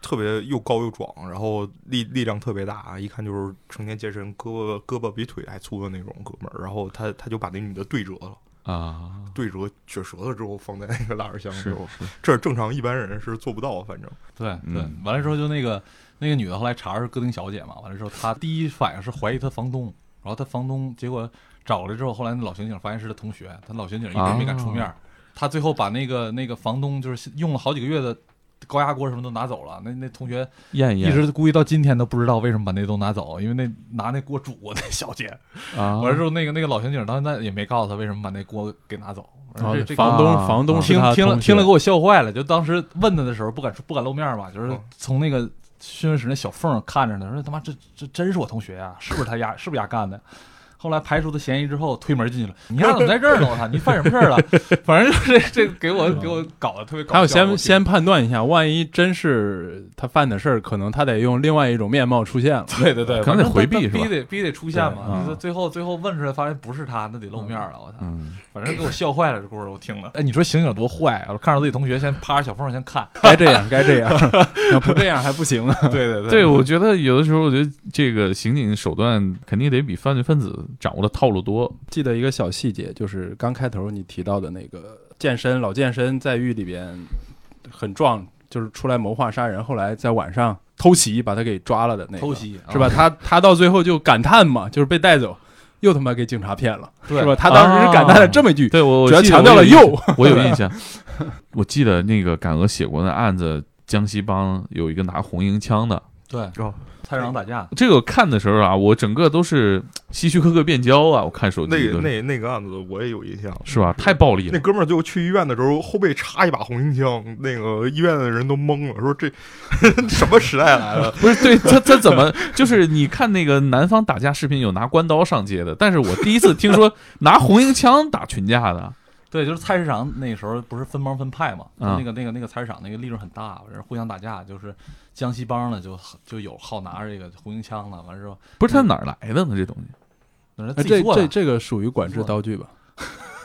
Speaker 3: 特别又高又壮，然后力力量特别大，一看就是成天健身，胳膊胳膊比腿还粗的那种哥们儿。然后他他就把那女的对折了，
Speaker 1: 啊，
Speaker 3: 对折血折了之后放在那个拉杆箱里
Speaker 1: 是
Speaker 3: 头，
Speaker 1: 啊是，
Speaker 3: 这正常一般人是做不到， 反正
Speaker 2: 对
Speaker 1: 嗯
Speaker 2: 对，完了之后就那个那个女的后来查是歌丁小姐嘛，完了之后她第一反应是怀疑她房东，然后她房东结果找了之后，后来那老刑警发现是她同学，她老刑警一直没敢出
Speaker 1: 啊
Speaker 2: 面儿，她最后把那个那个房东就是用了好几个月的。高压锅什么都拿走了，那那同学
Speaker 1: 验
Speaker 2: 一
Speaker 1: 验
Speaker 2: 直估计到今天都不知道为什么把那都拿走，因为那拿那锅煮过那小姐。
Speaker 1: 啊，
Speaker 2: 完了之后，那个那个老刑警到现在也没告诉他为什么把那锅给拿走。
Speaker 4: 然后
Speaker 2: 这这个
Speaker 4: 哦房东
Speaker 1: 啊
Speaker 4: 房东是
Speaker 2: 听
Speaker 4: 他的
Speaker 2: 听了
Speaker 4: 同学
Speaker 2: 听了给我笑坏了，就当时问他的时候不敢说不敢露面嘛，就是
Speaker 3: 嗯
Speaker 2: 从那个新闻室那小缝儿看着呢，说他妈这这真是我同学呀、是不是他丫是不是丫干的？后来排除他嫌疑之后，推门进去了。你丫怎么在这儿呢？我操！你犯什么事儿了？ 反正就是这这给我给我搞得特别搞笑。
Speaker 4: 还有
Speaker 2: 我
Speaker 4: 先
Speaker 2: 觉得
Speaker 4: 先判断一下，万一真是他犯的事儿，可能他得用另外一种面貌出 现了。
Speaker 2: 对对对，
Speaker 1: 可能得
Speaker 2: 反正
Speaker 1: 回避是
Speaker 2: 他
Speaker 1: 吧
Speaker 2: 必须得必须得出现
Speaker 4: 对
Speaker 2: 嘛。
Speaker 4: 啊
Speaker 2: 你说最后最后问出来发现不是他，那得露面了。我操！
Speaker 1: 嗯，
Speaker 2: 反正给我笑坏了这故事，我听了。哎，你说刑警多坏啊！我看着自己同学先趴着小缝儿先看。
Speaker 4: 该这样，该这 样，要不这样还不行啊。
Speaker 2: 对对
Speaker 1: 对，我觉得有的时候，我觉得这个刑警手段肯定得比犯罪分子掌握的套路多。
Speaker 4: 记得一个小细节，就是刚开头你提到的那个健身老健身在狱里边很壮，就是出来谋划杀人，后来在晚上偷袭把他给抓了的那个，
Speaker 2: 偷袭啊
Speaker 4: 是吧？？他他到最后就感叹嘛，就是被带走，又他妈给警察骗了，
Speaker 2: 对啊
Speaker 4: 是吧？他当时是感叹了这么一句，
Speaker 1: 对我，我
Speaker 4: 主要
Speaker 1: 记得
Speaker 4: 强调
Speaker 1: 我
Speaker 4: 了
Speaker 1: 有印
Speaker 4: 又，
Speaker 1: 我 有印象，我记得那个敢娥写过的案子，江西帮有一个拿红缨枪的，
Speaker 2: 对，
Speaker 3: 哦
Speaker 2: 菜市场打架，
Speaker 1: 这个我看的时候啊，我整个都是嘖唏嘘磕磕变焦啊！我看手机
Speaker 3: 那
Speaker 1: 都
Speaker 3: 个那那个案子我也有印象，
Speaker 1: 是吧？太暴力
Speaker 3: 那
Speaker 1: 了，
Speaker 3: 哥们儿最后去医院的时候，后背插一把红缨枪，那个医院的人都懵了，说这 什么时代来了？
Speaker 1: 不是对他他怎么就是你看那个南方打架视频有拿关刀上街的，但是我第一次听说拿红缨枪打群架的，
Speaker 2: 对，就是菜市场那时候不是分帮分派嘛，
Speaker 1: 啊
Speaker 2: 那个那个那个菜市场那个利润很大，然后互相打架，就是江西帮呢就就有好拿着这个红缨枪了，完之后
Speaker 1: 不是他哪儿来的呢？这东西
Speaker 2: 那是
Speaker 4: 哎
Speaker 2: 自己
Speaker 4: 这
Speaker 2: 做
Speaker 4: 这
Speaker 2: 的，
Speaker 4: 这个属于管制刀具吧？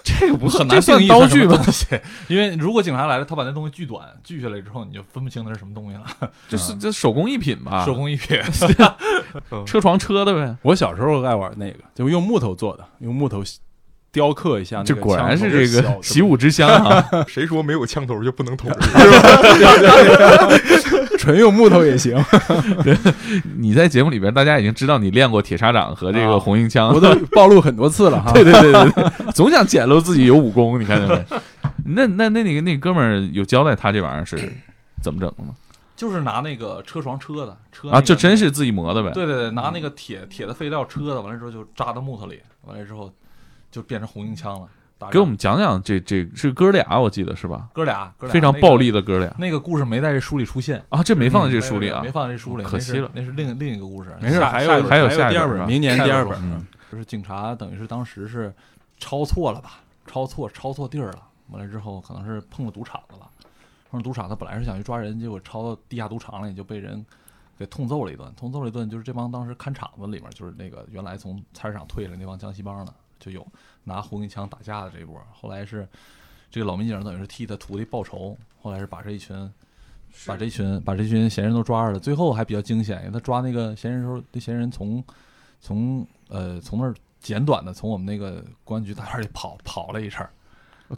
Speaker 2: 这个不很难
Speaker 1: 这算
Speaker 2: 定义
Speaker 1: 刀
Speaker 2: 它什么
Speaker 1: 具吗
Speaker 2: 东西？因为如果警察来了，他把那东西锯短锯下来之后，你就分不清那是什么东西了，
Speaker 1: 就是
Speaker 4: 啊
Speaker 1: 这手工艺品吧，
Speaker 2: 手工 艺品。
Speaker 1: 车床车的呗。
Speaker 4: 我小时候爱玩那个，就用木头做的，用木头雕刻一下那
Speaker 1: 这
Speaker 4: 个枪头。
Speaker 1: 果然是这
Speaker 4: 小
Speaker 1: 个
Speaker 4: 的
Speaker 1: 习武之乡啊！
Speaker 3: 谁说没有枪头就不能投人？
Speaker 4: 纯用木头 也行，
Speaker 1: 你在节目里边，大家已经知道你练过铁砂掌和这个
Speaker 4: 啊
Speaker 1: 红缨枪，
Speaker 4: 我都暴露很多次了哈。
Speaker 1: 对对对对对， 总想显露自己有武功，你看见没？ 那那那那个那哥们儿有交代他这玩 意儿是怎么整的吗？
Speaker 2: 就是拿那个车床车的车、
Speaker 1: 啊，
Speaker 2: 那个
Speaker 1: 这真是嗯自己磨的呗。
Speaker 2: 对对对，拿那个铁铁的废料车的，完了之后就扎到木头里，完了之后就变成红缨枪了。打
Speaker 1: 给我
Speaker 2: 仗
Speaker 1: 们讲讲这这是哥俩，我记得是吧？
Speaker 2: 哥俩，哥俩
Speaker 1: 非常
Speaker 2: 那个
Speaker 1: 暴力的哥俩
Speaker 2: 那个故事没在这书里出现，
Speaker 1: 啊，这没放在这个书里
Speaker 2: 没
Speaker 1: 啊
Speaker 2: 嗯没。放在这书里，
Speaker 1: 可
Speaker 2: 那是
Speaker 1: 惜了
Speaker 2: 那是另另一个故事。
Speaker 4: 没事，
Speaker 2: 下
Speaker 4: 还
Speaker 2: 下
Speaker 4: 有
Speaker 2: 一本
Speaker 1: 还有下
Speaker 4: 第
Speaker 1: 一
Speaker 4: 二
Speaker 1: 本是吧
Speaker 4: 本，明年
Speaker 2: 下一
Speaker 4: 第
Speaker 2: 本
Speaker 4: 二
Speaker 2: 说
Speaker 4: 本。
Speaker 1: 嗯，
Speaker 2: 就是警察等于是当时是抄错了吧，抄错抄错地儿了，完了之后可能是碰了赌场了吧，碰了赌场，他本来是想去抓人，结果抄到地下赌场了，也就被人给痛揍了一顿，痛揍了一顿就是这帮当时看场子里面就是那个原来从菜市场退来那帮江西帮的，就有拿红缨枪打架的这一波，后来是这个老民警等于是替他徒弟报仇，后来是把这一群。把这群把这群嫌疑人都抓着了，最后还比较惊险，因为他抓那个嫌疑人的时候，那嫌疑人从从呃从那儿简短的从我们那个公安局大院里跑跑了一阵儿，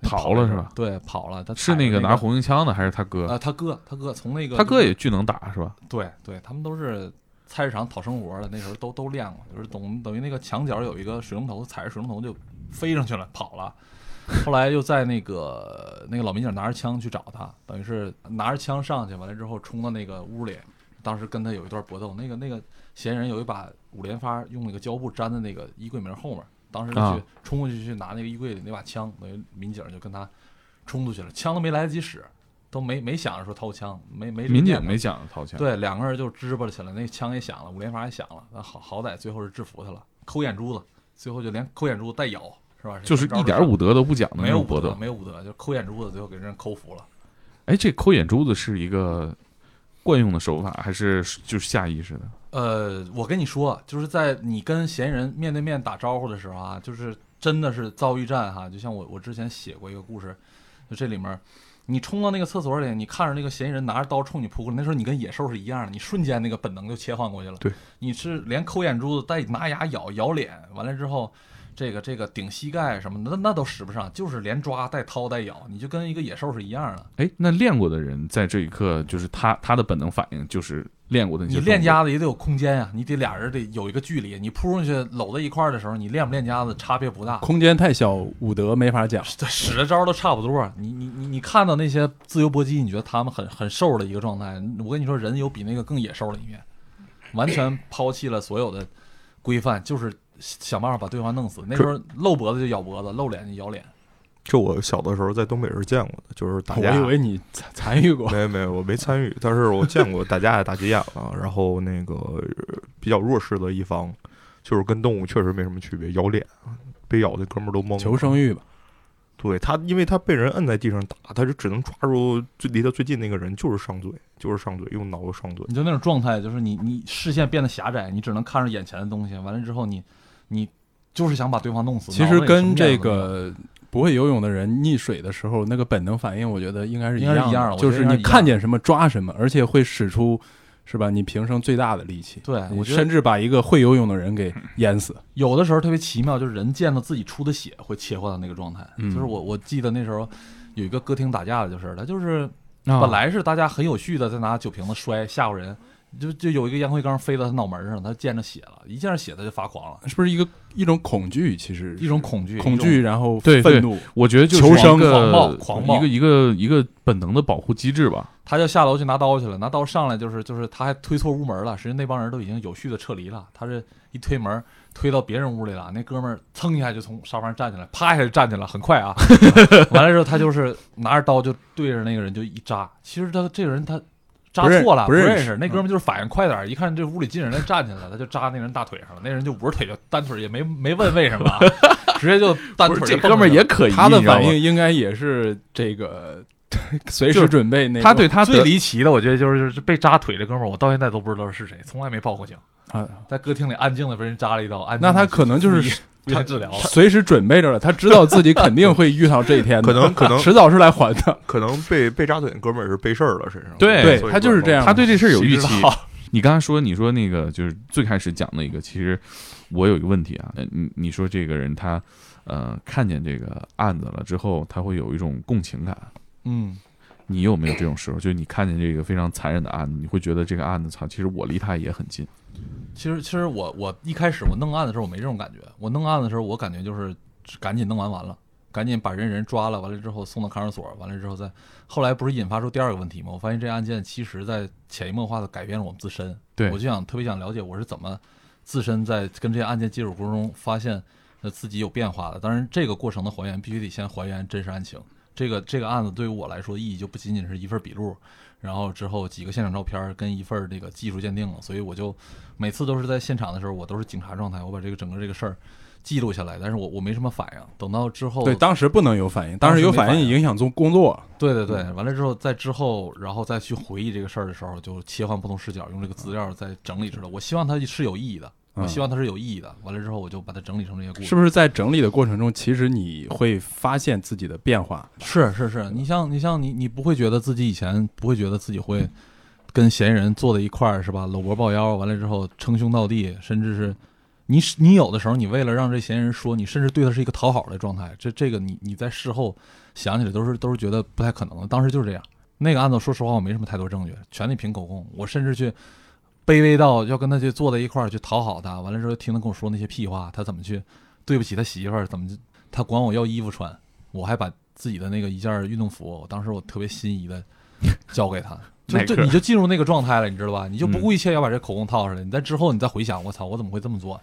Speaker 1: 逃了是
Speaker 2: 一阵
Speaker 1: 吧
Speaker 2: 儿？对，跑了。他
Speaker 1: 是
Speaker 2: 那
Speaker 1: 那个拿啊
Speaker 2: 红
Speaker 1: 红缨枪的还是他哥？
Speaker 2: 呃，他哥他哥从那个
Speaker 1: 他哥也巨能打是吧？
Speaker 2: 对对，他们都是菜市场讨生活的，那时候都都练过，就是等等于那个墙角有一个水龙头，踩着水龙头就飞上去了，跑了。后来又在那个那个老民警拿着枪去找他，等于是拿着枪上去，完了之后冲到那个屋里，当时跟他有一段搏斗。那个那个嫌疑人有一把五连发，用那个胶布粘在那个衣柜门后面，当时就去、
Speaker 1: 啊
Speaker 2: 冲过去去拿那个衣柜里那把枪，等于民警就跟他冲出去了，枪都没来得及使，都没没想着说掏枪，没没
Speaker 1: 民警
Speaker 2: 见过
Speaker 1: 没想掏钱，，
Speaker 2: 对，两个人就支巴了起来，那枪也响了，五连发也响了，那好好歹最后是制服他了，抠眼珠子，最后就连抠眼珠子带咬，是吧？
Speaker 1: 就是
Speaker 2: 这么
Speaker 1: 一
Speaker 2: 着
Speaker 1: 点武德都不讲的
Speaker 2: 没
Speaker 1: 那
Speaker 2: 有
Speaker 1: 种
Speaker 2: 武
Speaker 1: 搏
Speaker 2: 德，
Speaker 1: 斗。
Speaker 2: 没有武德，就抠眼珠子，最后给人抠服了。
Speaker 1: 哎，这抠眼珠子是一个惯用的手法，还是就是下意识的？
Speaker 2: 呃，我跟你说，就是在你跟嫌疑人面对面打招呼的时候啊，就是真的是遭遇战哈、就像我我之前写过一个故事，就这里面儿，你冲到那个厕所里，你看着那个嫌疑人拿着刀冲你扑过来，那时候你跟野兽是一样的，你瞬间那个本能就切换过去了。
Speaker 1: 对，
Speaker 2: 你是连抠眼珠子带拿牙咬咬脸，完了之后。这个这个顶膝盖什么的，那那都使不上，就是连抓带掏带咬，你就跟一个野兽是一样的。
Speaker 1: 哎，那练过的人在这一刻，就是他他的本能反应就是练过的那些
Speaker 2: 你
Speaker 1: 动作。
Speaker 2: 练家子也得有空间呀、啊你得俩人得有一个距离。你扑上去搂在一块儿的时候，你练不练家子差别不 大，
Speaker 4: 空间太小，武德没法讲。
Speaker 2: 这使的招儿都差不多。你你你你看到那些自由搏击，你觉得他们很很瘦的一个状态。我跟你说，人有比那个更野兽的一面，完全抛弃了所有的规范，就是想办法把对方弄死。那时候露脖子就咬脖子，露脸就咬脸。
Speaker 3: 这我小的时候在东北是见过的，就是打
Speaker 4: 我
Speaker 3: 架。
Speaker 4: 以为你参参与过，
Speaker 3: 没有没有，我没参与，但是我见过打架也打急眼了，然后那个呃比较弱势的一方，就是跟动物确实没什么区别，咬脸，被咬的哥们儿都懵了。
Speaker 4: 求生欲吧。
Speaker 3: 对他，因为他被人摁在地上打，他就只能抓住最离他最近那个人，就是上嘴，就是上嘴，用脑子上嘴。
Speaker 2: 你就那种状态，就是你你视线变得狭窄，你只能看着眼前的东西。完了之后你，你就是想把对方弄死。
Speaker 4: 其
Speaker 2: 脑
Speaker 4: 实
Speaker 2: 子里什么
Speaker 4: 跟
Speaker 2: 样
Speaker 4: 这
Speaker 2: 子都没有
Speaker 4: 个不会游泳的人溺水的时候那个本能反应，我觉得应该是一
Speaker 2: 应该是
Speaker 4: 样
Speaker 2: 一样
Speaker 4: 的，
Speaker 2: 的
Speaker 4: 就是
Speaker 2: 我觉得应该是
Speaker 4: 你
Speaker 2: 一样的
Speaker 4: 看见什么抓什么，而且会使出是吧？你平生最大的力气，
Speaker 2: 对
Speaker 4: 你
Speaker 2: 我觉得嗯
Speaker 4: 甚至把一个会游泳的人给淹死。
Speaker 2: 有的时候特别奇妙，就是人见到自己出的血会切换到那个状态。
Speaker 1: 嗯
Speaker 2: 就是我我记得那时候有一个歌厅打架的，就是他就是
Speaker 1: 啊
Speaker 2: 本来是大家很有序的在拿酒瓶子摔吓唬人，就就有一个烟灰缸飞到他脑门上，他溅着血了，一溅着血他就发狂了，
Speaker 4: 是不是一个一种恐惧？其实
Speaker 2: 一种恐惧，
Speaker 4: 恐
Speaker 2: 一
Speaker 4: 惧，然后
Speaker 1: 对对
Speaker 4: 愤怒，
Speaker 1: 我觉得就是
Speaker 4: 求生
Speaker 1: 一个
Speaker 2: 狂暴狂暴
Speaker 1: 一个一个一个本能的保护机制吧
Speaker 2: 种。。他就下楼去拿刀去了，拿刀上来就是就是他还推错屋门了，实际那帮人都已经有序的撤离了，他这一推门。推到别人屋里了，那哥们儿蹭一下就从沙发上站起来，啪一下就站起来，很快啊， 完了之后，他就是拿着刀就对着那个人就一扎。其实他这个人他扎
Speaker 4: 不认
Speaker 2: 错了，
Speaker 4: 不
Speaker 2: 不
Speaker 4: 认识
Speaker 2: 识。那哥们就是反应快点儿，一看这屋里进人了，站起来了，他就扎那人大腿上了。那人就捂着腿就单腿，也没没问为什 么啊，直接就单
Speaker 1: 不
Speaker 2: 腿
Speaker 1: 是
Speaker 2: 就
Speaker 1: 这
Speaker 2: 蹦
Speaker 1: 哥们儿
Speaker 2: 上去
Speaker 1: 也
Speaker 2: 了
Speaker 1: 可疑，
Speaker 4: 他的
Speaker 1: 你知道
Speaker 4: 反
Speaker 1: 吗
Speaker 4: 应，应该也是这 个随
Speaker 1: 就
Speaker 4: 时准备那种。
Speaker 1: 他对他
Speaker 2: 最
Speaker 1: 的
Speaker 2: 离奇的，我觉得就是就是被扎腿这哥们儿，我到现在都不知道是谁，从来没报过警。
Speaker 4: 啊，
Speaker 2: 在歌厅里安静的被人扎了一刀，安静
Speaker 4: 那
Speaker 2: 地
Speaker 4: 他可能就是
Speaker 2: 为他治疗了。
Speaker 4: 随时准备着了，他知道自己肯定会遇到这一天
Speaker 3: 可
Speaker 4: 的，
Speaker 3: 能可能
Speaker 4: 迟早是来还的。
Speaker 3: 可能被被扎腿那哥们儿也是背事儿了身上，
Speaker 1: 对
Speaker 3: 所以
Speaker 4: 对
Speaker 3: 说
Speaker 4: 他就是这样
Speaker 1: 他对这事儿有预期
Speaker 3: 谁知道。
Speaker 1: 你刚才说，你说那个就是最开始讲那个，其实我有一个问题啊，呃你你说这个人他呃看见这个案子了之后，他会有一种共情感。
Speaker 2: 嗯，
Speaker 1: 你有没有这种时候？就是你看见这个非常残忍的案子，你会觉得这个案子，操，其实我离他也很近。
Speaker 2: 其实其实我我一开始我弄案的时候我没这种感觉，我弄案的时候我感觉就是赶紧弄完完了，赶紧把人人抓了，完了之后送到看守所，完了之后再后来不是引发出第二个问题吗？我发现这案件其实在潜移默化的改变了我们自身，
Speaker 1: 对
Speaker 2: 我就想特别想了解我是怎么自身在跟这些案件接触过程中发现呃自己有变化的。当然这个过程的还原必须得先还原真实案情。这个这个案子对于我来说意义就不仅仅是一份笔录，然后之后几个现场照片儿跟一份儿这个技术鉴定了，所以我就每次都是在现场的时候，我都是警察状态，我把这个整个这个事儿记录下来，但是我我没什么反应。等到之后，
Speaker 4: 哦对，当时不能有反应，当时有
Speaker 2: 当时没
Speaker 4: 反
Speaker 2: 反
Speaker 4: 应
Speaker 2: 应
Speaker 4: 影响中工作。
Speaker 2: 对对对，完了之后，在之后，然后再去回忆这个事儿的时候，就切换不同视角，用这个资料再整理出来。我希望它是有意义的，我希望它是有意义的。完了之后，我就把它整理成这些故事。
Speaker 4: 是不是在整理的过程中，其实你会发现自己的变化？
Speaker 2: 是是是，你像你像你你不会觉得自己以前不会觉得自己会跟嫌疑人坐在一块儿是吧？搂脖抱腰，完了之后称兄道弟，甚至是你是你有的时候你为了让这嫌疑人说，你甚至对他是一个讨好的状态，这这个你你在事后想起来都是都是觉得不太可能的，当时就是这样。那个案子说实话我没什么太多证据，全得凭口供，我甚至去。卑微到要跟他去坐在一块儿去讨好他，完了之后听他跟我说那些屁话，他怎么去对不起他媳妇儿，怎么去他管我要衣服穿，我还把自己的那个一件运动服，我当时我特别心仪的交给他，就
Speaker 1: 耐
Speaker 2: 就
Speaker 1: 克
Speaker 2: 你就进入那个状态了，你知道吧？你就不
Speaker 1: 嗯
Speaker 2: 顾一切要把这口供套上来，你在之后你再回想，我操，我怎么会这么做？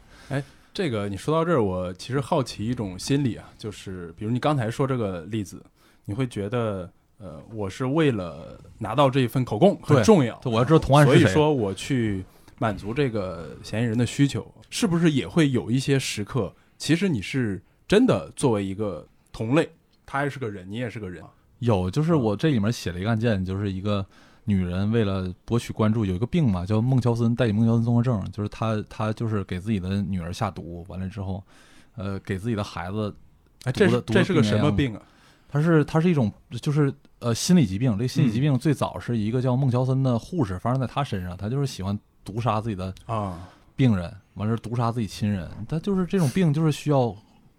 Speaker 4: 这个你说到这儿，我其实好奇一种心理啊，就是比如你刚才说这个例子，你会觉得，呃，我是为了拿到这一份口供很
Speaker 2: 对
Speaker 4: 重要，
Speaker 2: 对我要知道同案是
Speaker 4: 所以
Speaker 2: 谁啊
Speaker 4: 说我去满足这个嫌疑人的需求，是不是也会有一些时刻，其实你是真的作为一个同类，他也是个人，你也是个人，
Speaker 2: 啊有，就是我这里面写了一个案件，就是一个女人为了博取关注，有一个病嘛，叫孟乔森，代理孟乔森综合症，就是她她就是给自己的女儿下毒，完了之后，呃，给自己的孩子，
Speaker 4: 哎，这
Speaker 2: 毒
Speaker 4: 是
Speaker 2: 的毒的
Speaker 4: 这是个
Speaker 2: 病
Speaker 4: 什
Speaker 2: 原
Speaker 4: 么
Speaker 2: 样
Speaker 4: 病啊？
Speaker 2: 它是它是一种就是呃心理疾病，这个
Speaker 4: 嗯
Speaker 2: 心理疾病最早是一个叫孟乔森的护士发生在她身上，她就是喜欢毒杀自己的
Speaker 4: 啊，
Speaker 2: 病人，完了毒杀自己亲人，她就是这种病就是需要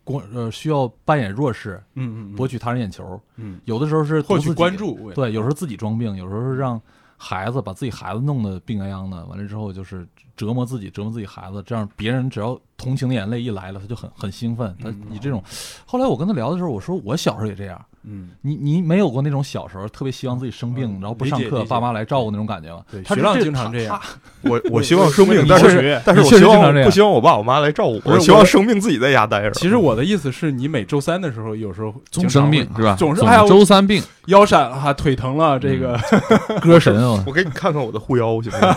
Speaker 2: 光呃需要扮演弱势，
Speaker 4: 嗯嗯，
Speaker 2: 博取他人眼球，
Speaker 4: 嗯
Speaker 2: 有的时候是毒
Speaker 4: 获取
Speaker 2: 自己
Speaker 4: 关注，
Speaker 2: 对，有时候自己装病，有时候是让孩子把自己孩子弄得病殃殃的，完了之后就是折磨自己，折磨自己孩子，这样别人只要同情的眼泪一来了，他就很很兴奋。他
Speaker 4: 嗯
Speaker 2: 以这种，后来我跟他聊的时候，我说我小时候也这样，
Speaker 4: 嗯，
Speaker 2: 你你没有过那种小时候特别希望自己生病，
Speaker 4: 嗯
Speaker 2: 然后不上
Speaker 4: 理解
Speaker 2: 课，
Speaker 4: 理解
Speaker 2: 爸妈来照顾那种感觉吗
Speaker 4: 对？
Speaker 2: 他
Speaker 4: 徐
Speaker 2: 是
Speaker 4: 浪经常
Speaker 2: 他
Speaker 4: 这样
Speaker 2: 他
Speaker 3: 我我希望生病，
Speaker 4: 你
Speaker 3: 但
Speaker 4: 确
Speaker 3: 是
Speaker 4: 实
Speaker 3: 但是
Speaker 2: 你
Speaker 3: 我
Speaker 2: 确实
Speaker 3: 希
Speaker 2: 经常
Speaker 3: 望
Speaker 2: 这样
Speaker 3: 不希望我爸我妈来照顾
Speaker 4: 不
Speaker 3: 我，我
Speaker 4: 是
Speaker 3: 希望
Speaker 4: 我
Speaker 3: 生病自己在家待着。！
Speaker 4: 其实我的意思是你每周三的时候，有时候
Speaker 1: 总
Speaker 4: 经
Speaker 1: 生
Speaker 4: 常会
Speaker 1: 病是吧？
Speaker 4: 总是
Speaker 1: 总
Speaker 4: 哎呀我
Speaker 1: 周三病，
Speaker 4: 腰闪了哈，腿疼了，这个、
Speaker 2: 嗯 歌神啊
Speaker 3: 我给你看看我的护腰行吗？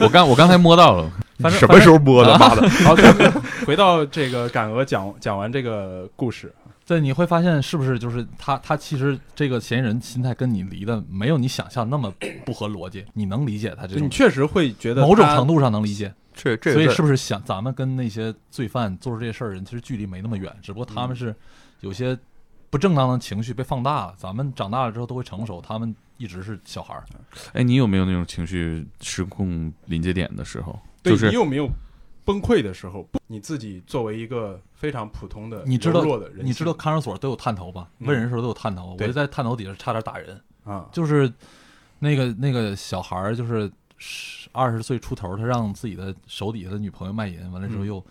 Speaker 1: 我刚我刚才摸到了，
Speaker 2: 反正
Speaker 3: 什么时候播的？妈的！
Speaker 4: 好，咱们回到这个 赶鹅讲讲完这个故事，
Speaker 2: 对，你会发现是不是就是他？他其实这个嫌疑人心态跟你离的没有你想象那么不合逻辑，你能理解他这
Speaker 4: 就
Speaker 2: 种
Speaker 4: 你，确实会觉得
Speaker 2: 某种
Speaker 4: 他
Speaker 2: 程度上能理解。
Speaker 3: 这这
Speaker 2: 所以
Speaker 3: 这
Speaker 2: 是不是想咱们跟那些罪犯做出这些事儿的人，其实距离没那么远，只不过他们
Speaker 4: 嗯
Speaker 2: 是有些不正当的情绪被放大了。咱们长大了之后都会成熟，他们一直是小孩儿。
Speaker 1: 哎，你有没有那种情绪失控临界点的时候？
Speaker 4: 对
Speaker 1: 就是
Speaker 4: 你有没有崩溃的时候？你自己作为一个非常普通的、
Speaker 2: 你知道
Speaker 4: 柔弱的人性，
Speaker 2: 你知道看守所都有探头吧？
Speaker 4: 嗯
Speaker 2: 问人的时候都有探头，我
Speaker 4: 对
Speaker 2: 就在探头底下差点打人，
Speaker 4: 啊？
Speaker 2: 就是那个那个小孩儿，就是十二十岁出头，他让自己的手底下的女朋友卖淫，完了之后
Speaker 4: 嗯
Speaker 2: 又。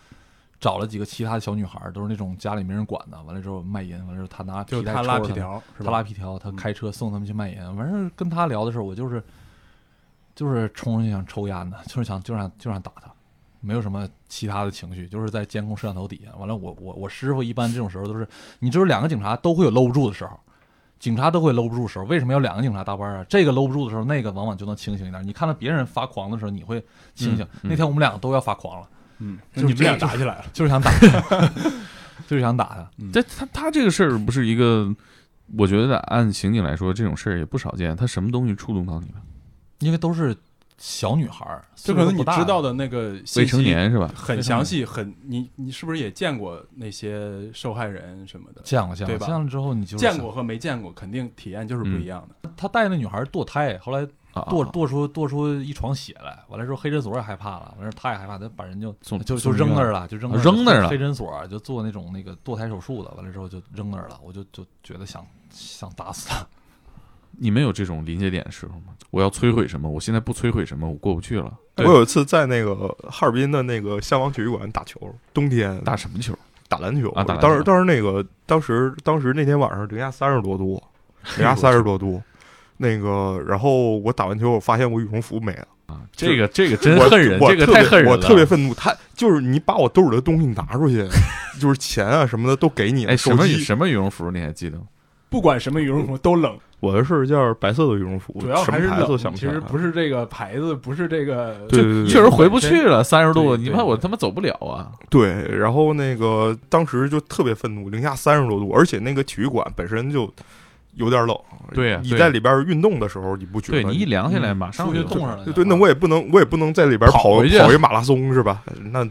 Speaker 2: 找了几个其他的小女孩儿，都是那种家里没人管的。完了之后卖淫，完了之后他拿
Speaker 4: 就
Speaker 2: 皮带
Speaker 4: 他
Speaker 2: 抽
Speaker 4: 拉
Speaker 2: 着
Speaker 4: 皮
Speaker 2: 们
Speaker 4: 条，
Speaker 2: 他
Speaker 4: 是吧？嗯
Speaker 2: 拉皮条，他开车送他们去卖淫。完事儿跟他聊的时候，我就是就是冲上去想抽烟的，就是想就想就想打他，没有什么其他的情绪，就是在监控摄像头底下。完了，我我我师傅一般这种时候都是，你知道两个警察都会有搂不住的时候。警察都会搂不住的时候，为什么要两个警察搭班啊？这个搂不住的时候，那个往往就能清醒一点。你看到别人发狂的时候，你会清醒。
Speaker 1: 嗯
Speaker 2: 那天我们两个都要发狂了，
Speaker 4: 嗯，
Speaker 2: 就
Speaker 4: 那你
Speaker 2: 是
Speaker 4: 们俩
Speaker 2: 这个
Speaker 4: 打起来 了，
Speaker 2: 就是想打他，就是想打他。
Speaker 1: 但他他这个事儿不是一个，我觉得按刑警来说，这种事儿也不少见。他什么东西触动到你了？
Speaker 2: 因为都是小女孩儿，
Speaker 4: 就可能
Speaker 2: 岁数
Speaker 4: 你
Speaker 2: 不大
Speaker 4: 知道的那个
Speaker 1: 未
Speaker 4: 信
Speaker 1: 成
Speaker 4: 息
Speaker 1: 年是吧？
Speaker 4: 很详细，很你你是不是也见过那些受害人什么的？
Speaker 2: 见过见
Speaker 4: 对
Speaker 2: 过，
Speaker 4: 吧
Speaker 2: 见了之后你就是
Speaker 4: 见过和没见过，肯定体验就是不一样的。
Speaker 2: 想。他带那女孩堕胎，后来
Speaker 1: 啊啊
Speaker 2: 堕
Speaker 1: 啊
Speaker 2: 堕出堕出一床血来，完了之后黑诊所也害怕了，完了他也害怕，他把人就
Speaker 1: 送
Speaker 2: 就就
Speaker 1: 送医
Speaker 2: 扔那
Speaker 1: 院
Speaker 2: 儿了，就扔
Speaker 1: 啊扔那儿了
Speaker 2: 黑诊所就做那种那个堕胎手术的，完了之后就扔那儿了，我就就觉得想想打死他。
Speaker 1: 你们有这种临界点的时候吗？我要摧毁什么？我现在不摧毁什么，我过不去了。哎
Speaker 3: 我有一次在那个哈尔滨的那个向往体育馆打球，冬天
Speaker 1: 打什么球？
Speaker 3: 打篮球。
Speaker 1: 啊打篮球
Speaker 3: 当时当时那个当时当时那天晚上零下三十多度，零
Speaker 1: 哎
Speaker 3: 下三十多度。那个，然后我打完球，我发现我羽绒服没了，
Speaker 1: 啊，
Speaker 3: 就
Speaker 1: 这个这个真
Speaker 3: 我
Speaker 1: 恨人，
Speaker 3: 我
Speaker 1: 这个
Speaker 3: 特别
Speaker 1: 太恨人了。
Speaker 3: 我特别愤怒，他就是你把我兜里的东西拿 出去，就是钱啊什么的都给你了，
Speaker 1: 哎，什
Speaker 3: 手
Speaker 1: 么
Speaker 3: 机。
Speaker 1: 什么羽绒服你还记得吗？
Speaker 4: 不管什么羽绒服都冷，
Speaker 3: 我的是一件白色的羽绒服，
Speaker 4: 主要
Speaker 3: 什
Speaker 4: 还是
Speaker 3: 么牌
Speaker 4: 冷
Speaker 3: 子想。不
Speaker 4: 其
Speaker 3: 起来
Speaker 4: 实
Speaker 3: 了。
Speaker 4: 不是这个牌子，不是这个，
Speaker 3: 对对对
Speaker 1: 确实回不去了，三十度，
Speaker 4: 对
Speaker 1: 你
Speaker 4: 对
Speaker 1: 怕我
Speaker 4: 对
Speaker 1: 他妈走不了啊！
Speaker 3: 对，然后那个当时就特别愤怒，零下三十多度，而且那个体育馆本身就有点冷。
Speaker 1: 对呀
Speaker 3: 你
Speaker 1: 对呀啊
Speaker 3: 在里边运动的时候，你嗯不觉得？
Speaker 1: 对你一凉下来，马上
Speaker 2: 出去冻上了就
Speaker 3: 对，那我也不能，我也不能在里边
Speaker 1: 跑
Speaker 3: 跑
Speaker 1: 回去啊
Speaker 3: 一马拉松是吧？那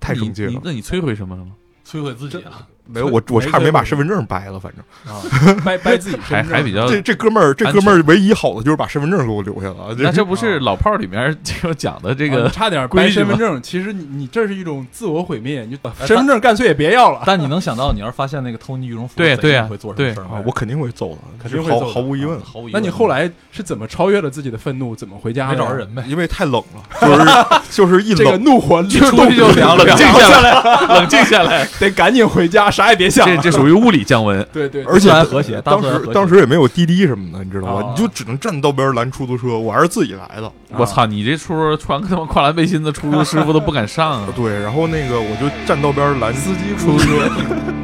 Speaker 3: 太生气
Speaker 1: 你你
Speaker 3: 了。
Speaker 1: 那你摧毁什么了吗？
Speaker 2: 摧毁自己了，
Speaker 3: 没有，我我差点没把身
Speaker 4: 份
Speaker 3: 份证掰了，反正
Speaker 4: 啊， 掰掰自己身
Speaker 1: 还
Speaker 4: 份证
Speaker 1: 还比较
Speaker 3: 这这哥们儿，这
Speaker 1: 安
Speaker 3: 哥们儿唯一好的就是把身份证给我留下了。
Speaker 1: 那
Speaker 3: 这啊
Speaker 1: 这不是老炮儿里面就讲的这
Speaker 4: 啊你
Speaker 1: 个
Speaker 4: 差点
Speaker 1: 规
Speaker 4: 掰
Speaker 1: 矩呃
Speaker 4: 身份
Speaker 1: 嘛
Speaker 4: 证，其实你你这是一种自我毁灭，你就把身份证干脆也别要了。
Speaker 2: 但你能想到，你要是发现那个偷你羽绒服的
Speaker 1: 对
Speaker 2: 贼，
Speaker 1: 对啊
Speaker 2: 你会做什
Speaker 1: 对
Speaker 2: 么事儿吗
Speaker 3: 啊，我肯定会揍的，
Speaker 4: 肯定会
Speaker 3: 这毫
Speaker 4: 揍的
Speaker 3: 毫无
Speaker 1: 啊
Speaker 3: 疑问。
Speaker 2: 毫无疑
Speaker 4: 那你
Speaker 2: 问
Speaker 4: 后来是怎么超越了自己的愤怒？怎么回家
Speaker 2: 没
Speaker 4: 的呀
Speaker 2: 找着人呗？
Speaker 3: 因为太冷了， 就是就是一
Speaker 4: 这个
Speaker 3: 冷，
Speaker 4: 怒火
Speaker 1: 出去就凉了，冷静下来，冷静下来，
Speaker 4: 得赶紧回家啥也别想
Speaker 1: 这
Speaker 4: 了。，
Speaker 1: 这属于物理降温
Speaker 3: 啊
Speaker 4: 对对，
Speaker 3: 而且
Speaker 2: 自然和谐
Speaker 3: 当
Speaker 2: 大自然和
Speaker 3: 时
Speaker 2: 谐哦
Speaker 3: 当时也没有滴滴什么的，你知道吧？
Speaker 4: 啊
Speaker 3: 你就只能站道边拦出租车，我还是自己来的。
Speaker 1: 我操！你这出穿个他妈跨栏背心的出租师傅都不敢上啊！
Speaker 3: 对，然后那个我就站道边拦
Speaker 1: 司机
Speaker 3: 出租车。